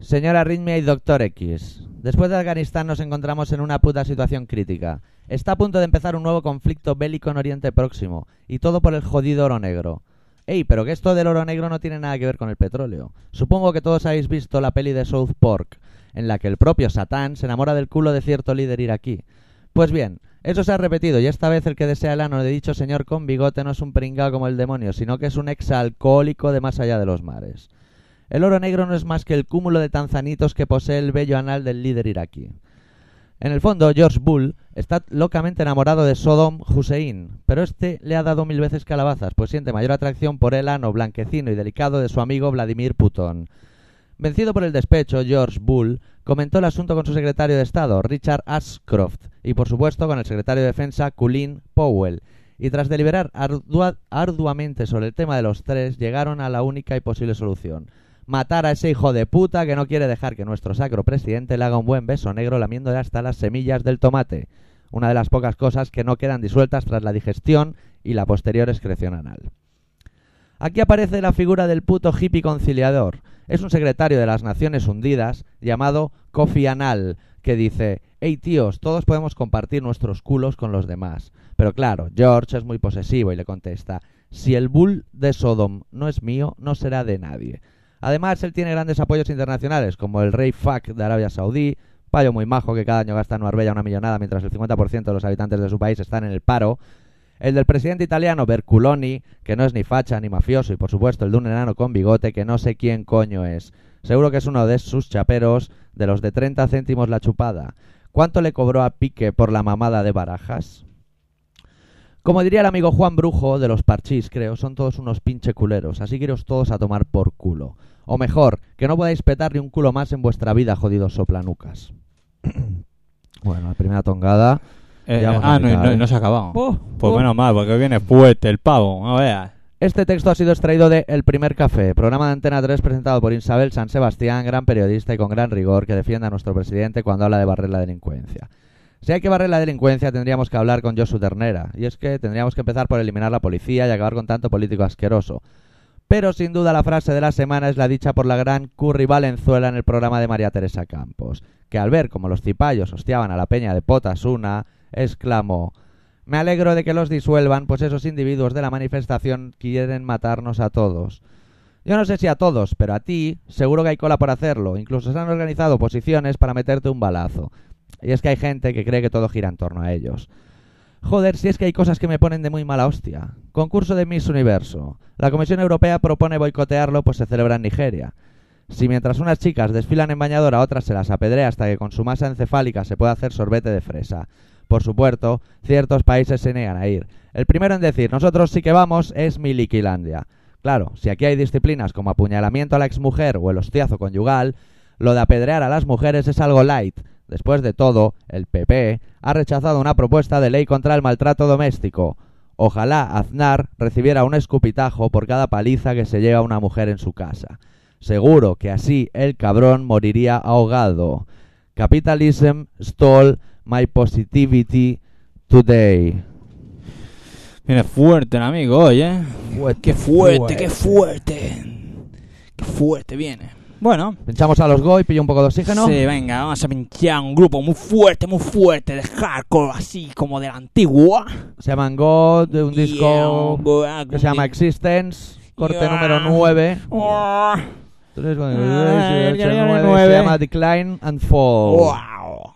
B: Señora Ritmia y Doctor X, después de Afganistán nos encontramos en una puta situación crítica. Está a punto de empezar un nuevo conflicto bélico en Oriente Próximo, y todo por el jodido oro negro. Ey, pero que esto del oro negro no tiene nada que ver con el petróleo. Supongo que todos habéis visto la peli de South Park, en la que el propio Satán se enamora del culo de cierto líder iraquí. Pues bien, eso se ha repetido y esta vez el que desea el ano de dicho señor con bigote no es un pringao como el demonio, sino que es un exalcohólico de más allá de los mares. El oro negro no es más que el cúmulo de tanzanitos que posee el bello anal del líder iraquí. En el fondo, George Bull está locamente enamorado de Sodom Hussein, pero este le ha dado mil veces calabazas, pues siente mayor atracción por el ano blanquecino y delicado de su amigo Vladimir Putón. Vencido por el despecho, George Bull comentó el asunto con su secretario de Estado, Richard Ashcroft, y por supuesto con el secretario de Defensa, Colin Powell. Y tras deliberar ardua- arduamente sobre el tema de los tres, llegaron a la única y posible solución. Matar a ese hijo de puta que no quiere dejar que nuestro sacro presidente le haga un buen beso negro lamiéndole hasta las semillas del tomate. Una de las pocas cosas que no quedan disueltas tras la digestión y la posterior excreción anal. Aquí aparece la figura del puto hippie conciliador. Es un secretario de las Naciones Hundidas llamado Kofi Anal, que dice, hey tíos, todos podemos compartir nuestros culos con los demás. Pero claro, George es muy posesivo y le contesta, Si el bull de Sodom no es mío, no será de nadie. Además, él tiene grandes apoyos internacionales, como el rey Fak de Arabia Saudí, payo muy majo que cada año gasta en Marbella una millonada mientras el 50% de los habitantes de su país están en el paro, el del presidente italiano Berculoni, que no es ni facha ni mafioso, y por supuesto el de un enano con bigote que no sé quién coño es. Seguro que es uno de sus chaperos, de los de 30 céntimos la chupada. ¿Cuánto le cobró a Pique por la mamada de barajas? Como diría el amigo Juan Brujo de los Parchís, creo, son todos unos pinche culeros, así que iros todos a tomar por culo. O mejor, que no podáis petar ni un culo más en vuestra vida, jodidos soplanucas. bueno, la primera tongada.
A: Eh,
B: Llegamos a
A: ah, no,
B: mitad,
A: no-
B: ¿eh?
A: no se ha acabado.
B: Oh,
A: pues
B: oh.
A: menos mal, porque viene fuerte el pavo. No veas.
B: Este texto ha sido extraído de El Primer Café, programa de Antena 3 presentado por Isabel San Sebastián, gran periodista y con gran rigor que defiende a nuestro presidente cuando habla de barrer la delincuencia. Si hay que barrer la delincuencia, tendríamos que hablar con Josu Ternera, y es que tendríamos que empezar por eliminar la policía y acabar con tanto político asqueroso. Pero sin duda la frase de la semana es la dicha por la gran Curry Valenzuela en el programa de María Teresa Campos, que al ver cómo los cipayos hostiaban a la peña de Potasuna, exclamó me alegro de que los disuelvan, pues esos individuos de la manifestación quieren matarnos a todos. Yo no sé si a todos, pero a ti seguro que hay cola por hacerlo. Incluso se han organizado posiciones para meterte un balazo. Y es que hay gente que cree que todo gira en torno a ellos. Joder, si es que hay cosas que me ponen de muy mala hostia. Concurso de Miss Universo. La Comisión Europea propone boicotearlo, pues se celebra en Nigeria. Si mientras unas chicas desfilan en bañadora, otras se las apedrea hasta que con su masa encefálica se pueda hacer sorbete de fresa. Por supuerto, ciertos países se niegan a ir. El primero en decir, nosotros sí que vamos, es Miliquilandia. Claro, si aquí hay disciplinas como apuñalamiento a la exmujer o el hostiazo conyugal, lo de apedrear a las mujeres es algo light. Después de todo, el PP ha rechazado una propuesta de ley contra el maltrato doméstico. Ojalá Aznar recibiera un escupitajo por cada paliza que se lleva una mujer en su casa. Seguro que así el cabrón moriría ahogado. Capitalism stole my positivity today.
A: Viene fuerte el amigo hoy, ¿eh?
B: Qué
A: fuerte, qué fuerte. Qué fuerte viene. Bueno,
B: Pinchamos a los Goy, pillo un poco de oxígeno.
A: Sí, venga, vamos a pinchar un grupo muy fuerte, muy fuerte de hardcore, así como de la antigua.
B: Se llaman God, de un
A: Yeah,
B: disco
A: go- ah,
B: que se llama Existence, corte
A: Yeah.
B: número 9.
A: Oh, el que viene nueve.
B: Se llama Decline and Fall.
A: Wow.
E: oh.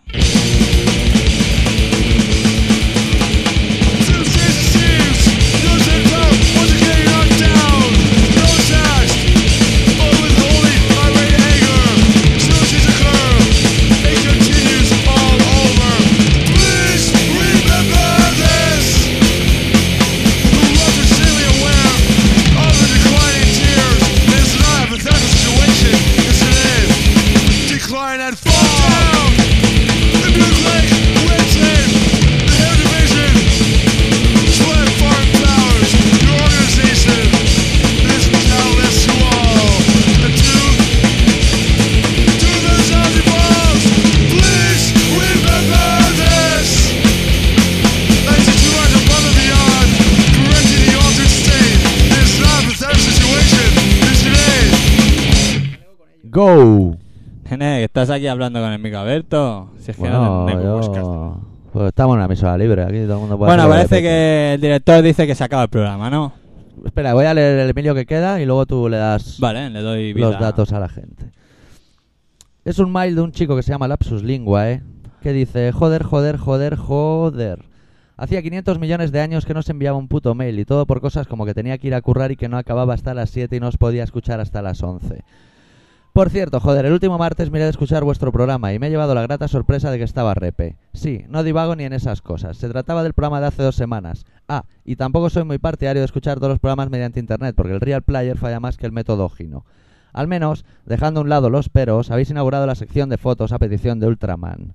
E: Decline and fall down. The Blue Lake, Red Tape, the Hair Division, Sweat Farm Powers, your organization is powerless to all. And to, to those zombie balls, please remember this. As you rise above and beyond, correcting the altered state is not the type of situation is today.
B: Go.
A: Nene, que estás aquí hablando con el Mico Alberto. Si es que no
B: Bueno,
A: tengo que
B: yo-
A: buscar.
B: pues estamos en una emisora libre, aquí todo el mundo puede
A: Bueno,
B: hacer lo le
A: parece
B: toque.
A: que el director dice que se acaba el programa, ¿no?
B: Espera, voy a leer el Emilio que queda y luego tú le das
A: Vale, le doy vida.
B: los datos a la gente. Es un mail de un chico que se llama Lapsus Lingua, ¿eh? Que dice, joder, joder, joder, joder. Hacía 500 millones de años que no se enviaba un puto mail y todo por cosas como que tenía que ir a currar y que no acababa hasta las 7 y no os podía escuchar hasta las 11. Por cierto, joder, el último martes miré de escuchar vuestro programa y me he llevado la grata sorpresa de que estaba Repe. Sí, no divago ni en esas cosas. Se trataba del programa de hace dos semanas. Ah, y tampoco soy muy partidario de escuchar todos los programas mediante internet, porque el Real Player falla más que el método Gino. Al menos, dejando a un lado los peros, habéis inaugurado la sección de fotos a petición de Ultraman.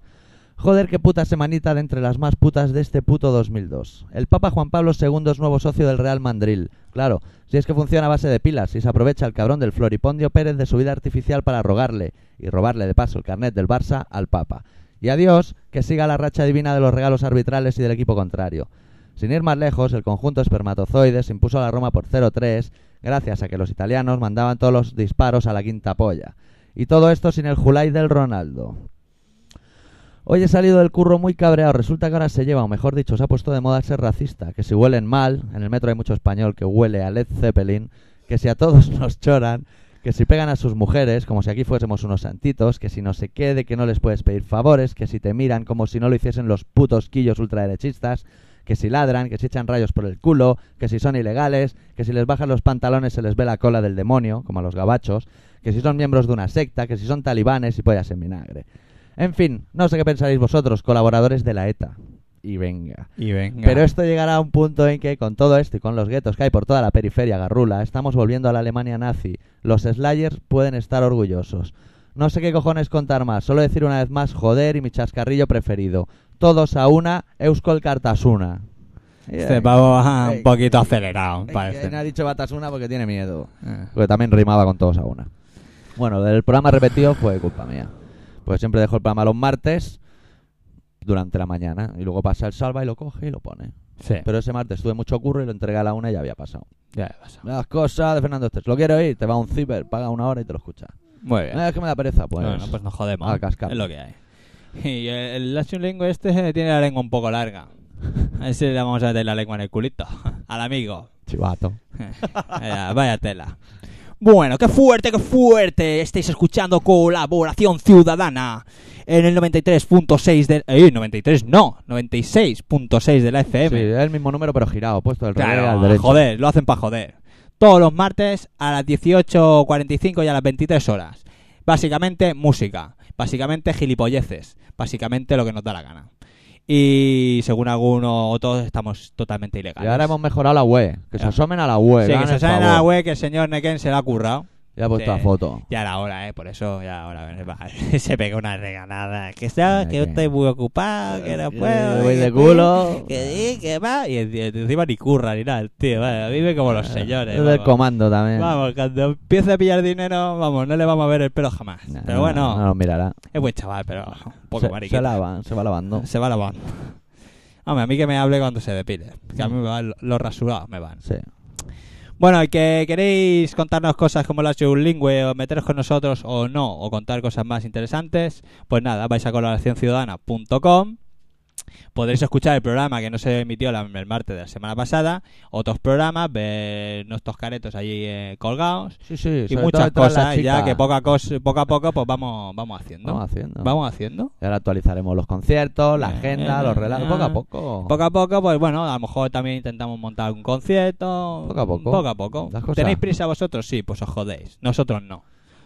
B: Joder, qué puta semanita de entre las más putas de este puto 2002. El Papa Juan Pablo II es nuevo socio del Real Mandril. Claro, si es que funciona a base de pilas y se aprovecha el cabrón del Floripondio Pérez de su vida artificial para rogarle y robarle de paso el carnet del Barça al Papa. Y adiós, que siga la racha divina de los regalos arbitrales y del equipo contrario. Sin ir más lejos, el conjunto espermatozoides impuso a la Roma por 0-3 gracias a que los italianos mandaban todos los disparos a la quinta polla. Y todo esto sin el Julai del Ronaldo. Hoy he salido del curro muy cabreado. Resulta que ahora se lleva, o mejor dicho, se ha puesto de moda ser racista. Que si huelen mal, en el metro hay mucho español que huele a Led Zeppelin. Que si a todos nos choran. Que si pegan a sus mujeres, como si aquí fuésemos unos santitos. Que si no se quede, que no les puedes pedir favores. Que si te miran como si no lo hiciesen los putos quillos ultraderechistas. Que si ladran, que si echan rayos por el culo. Que si son ilegales. Que si les bajan los pantalones se les ve la cola del demonio, como a los gabachos. Que si son miembros de una secta. Que si son talibanes y pollas en vinagre. En fin, no sé qué pensaréis vosotros, colaboradores de la ETA. Y venga.
A: Y venga.
B: Pero esto llegará a un punto en que, con todo esto y con los guetos que hay por toda la periferia garrula, estamos volviendo a la Alemania nazi. Los Slayers pueden estar orgullosos. No sé qué cojones contar más, solo decir una vez más joder y mi chascarrillo preferido. Todos a una, Euskol Cartasuna.
A: Este pavo va un
B: Ey.
A: poquito acelerado,
B: Ey,
A: parece.
B: no ha dicho Batasuna porque tiene miedo.
A: Eh.
B: Porque también rimaba con todos a una. Bueno, del programa repetido fue culpa mía. Pues siempre dejo el programa los martes durante la mañana. Y luego pasa el salva y lo coge y lo pone.
A: Sí,
B: Pero ese martes tuve mucho curro y lo entregué a la una y ya había pasado.
A: ya le pasa.
B: Las cosas de Fernando Estés. Lo quiero oír. Te va un ciber, paga una hora y te lo escucha.
A: Muy bien.
B: Eh, es que me da pereza, pues.
A: Bueno, pues nos jodemos.
B: a cascar.
A: Es lo que hay. Y el, el Lashun Lingo este eh, tiene la lengua un poco larga. A ver si le vamos a meter la lengua en el culito. Al amigo.
B: Chivato.
A: Vaya, vaya tela. Bueno, qué fuerte, qué fuerte. Estáis escuchando Colaboración Ciudadana en el 93.6 del... ¡Eh, 93 no! 96.6 de la
B: Sí,
A: FM.
B: es el mismo número pero girado, puesto del revés al
A: Claro,
B: derecho.
A: joder, lo hacen para joder. Todos los martes a las 18.45 y a las 23 horas. Básicamente música, básicamente gilipolleces, básicamente lo que nos da la gana. Y según alguno o todos estamos totalmente
B: Y
A: ilegales.
B: ahora hemos mejorado la web. Que se
A: Ya.
B: asomen a la web.
A: Sí, que
B: hagan
A: se
B: el
A: sabe en la
B: favor.
A: web que el señor Neken se la ha currado.
B: Ya he puesto
A: Sí.
B: la foto.
A: Ya era hora, ¿eh? Por eso, ya ahora Se pega una reganada. Que sea, que yo
B: Neken.
A: estoy muy ocupado, que no
B: Eh,
A: puedo.
B: voy
A: que
B: de
A: estoy-
B: culo.
A: Que sí, que va. Y en- encima ni curra ni nada, el tío. Vale, vive como
B: Ah,
A: los señores.
B: Es del
A: vamos.
B: Eh, comando también.
A: Vamos, cuando empiece a pillar dinero, vamos, no le vamos a ver el pelo jamás.
B: Nah,
A: pero bueno,
B: No, no lo mirará.
A: es buen chaval, pero un poco
B: Se,
A: mariquita.
B: se lava, se va lavando.
A: Se va la van. Hombre, a mí que me hable cuando se depile. Que a mí me van, los rasurados me van.
B: Sí.
A: Bueno, y que queréis contarnos cosas como la lingüe o meteros con nosotros o no, o contar cosas más interesantes, pues nada, vais a colaboracionciudadana.com. Podréis escuchar el programa que no se emitió la- el martes de la semana pasada, otros programas, ver nuestros caretos allí eh, colgados
B: Sí, sí.
A: y muchas cosas ya que poco a, cos- poco a poco pues vamos vamos haciendo.
B: Vamos haciendo.
A: Vamos haciendo.
B: Y ahora actualizaremos los conciertos, la
A: Eh,
B: agenda,
A: eh,
B: los relatos.
A: eh,
B: Poco a poco.
A: Poco a poco, pues bueno, a lo mejor también intentamos montar un concierto.
B: Poco a poco.
A: Poco a poco.
B: Las cosas.
A: ¿Tenéis prisa vosotros? Sí, pues os jodéis. Nosotros no.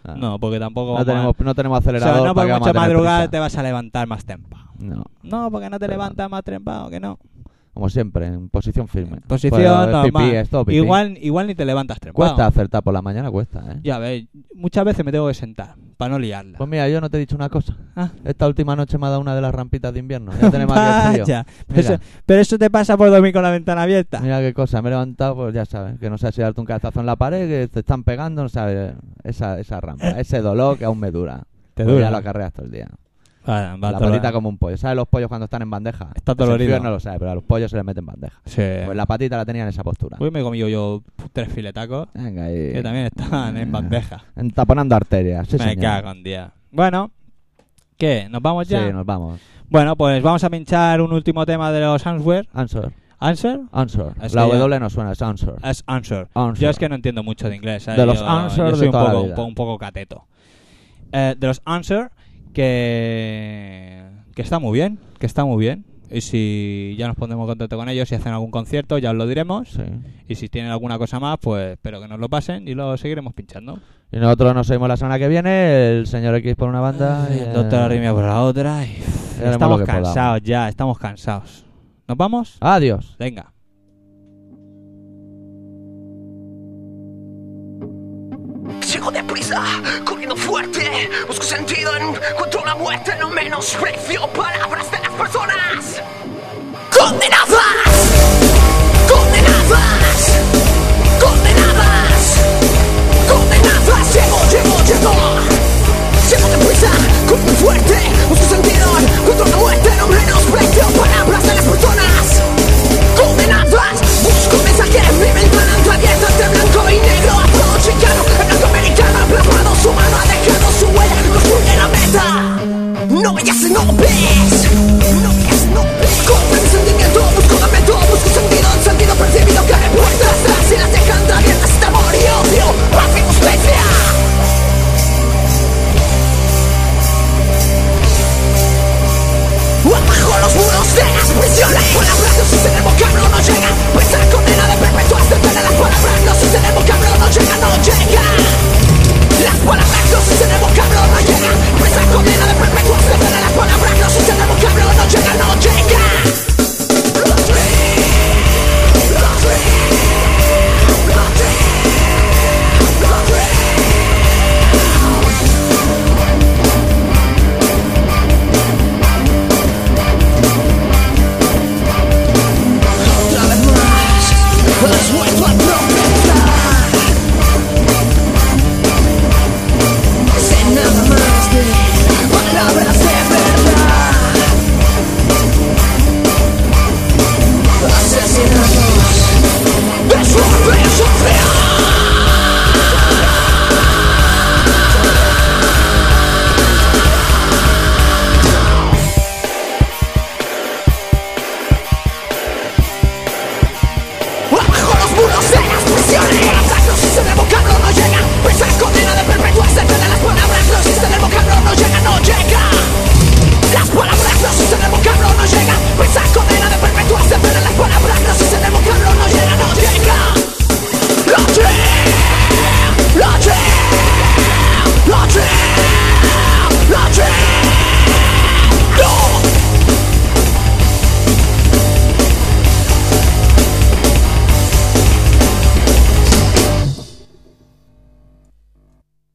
B: Ah.
A: No, porque tampoco
B: No
A: vamos a-
B: tenemos, no tenemos
A: O sea,
B: acelerador.
A: no
B: para
A: por
B: que vamos
A: mucha
B: a tener
A: madrugada te
B: prisa.
A: vas a levantar más temprano.
B: No,
A: No, porque no te
B: Pero-
A: levantas más temprano que no.
B: como siempre, en posición firme.
A: Posición
B: Pero es
A: normal.
B: pipí, es todo pipí.
A: Igual, igual ni te levantas temprano.
B: Cuesta acertar por la mañana, cuesta, ¿eh?
A: Ya ves, muchas veces me tengo que sentar para no liarla.
B: Pues mira, yo no te he dicho una cosa.
A: Ah.
B: Esta última noche me ha dado una de las rampitas de invierno. Ya tenemos aquí el frío.
A: Vaya, pues pero
B: Mira. Pues
A: eso, pero eso te pasa por dormir con la ventana abierta.
B: Mira qué cosa, me he levantado, pues ya sabes, que no sé si darte un cazazo en la pared, que te están pegando, no sabes, esa, esa rampa, ese dolor que aún me dura.
A: Eh. Te
B: Pues
A: dura.
B: Ya lo acarreas todo el día.
A: Ah, va
B: la
A: todo-
B: patita como un pollo. ¿Sabes los pollos cuando están en bandeja?
A: Está Eh.
B: Ese
A: dolorido.
B: frío no lo sabe, pero a los pollos se les mete en bandeja.
A: Sí.
B: Pues la patita la tenía en esa postura.
A: Hoy me he comido yo tres filetacos
B: Venga ahí.
A: que también están en
B: Ah.
A: bandeja.
B: Entaponando arterias, sí
A: me
B: señor.
A: cago en día. Bueno, ¿qué? ¿Nos vamos ya?
B: Sí, nos vamos.
A: Bueno, pues vamos a pinchar un último tema de los Answer.
B: Answer.
A: ¿Answer?
B: Answer.
A: Es
B: la
A: que ya-
B: W no suena, es answer.
A: Es Answer.
B: Answer.
A: Yo es que no entiendo mucho de inglés. ¿sabes?
B: De los
A: Yo-
B: Answer
A: yo
B: de
A: soy un
B: toda la
A: poco, un
B: vida.
A: po- un poco cateto. Eh, de los Answer, que, que está muy bien, que está muy bien. Y si ya nos pondremos en contacto con ellos, si hacen algún concierto, ya os lo diremos.
B: Sí.
A: Y si tienen alguna cosa más, pues espero que nos lo pasen y lo seguiremos pinchando.
B: Y nosotros nos seguimos la semana que viene, el señor X por una banda. y,
A: El doctor
B: eh,
A: Arrimia por la otra. y-
B: haremos
A: estamos
B: lo que podamos.
A: cansados ya, estamos cansados. ¿Nos vamos?
B: Adiós.
A: Venga.
D: Llego deprisa, corriendo fuerte, busco sentido, encuentro la muerte, no menosprecio palabras de las personas. ¡Condenadas! ¡Condenadas!
C: este Pues Pues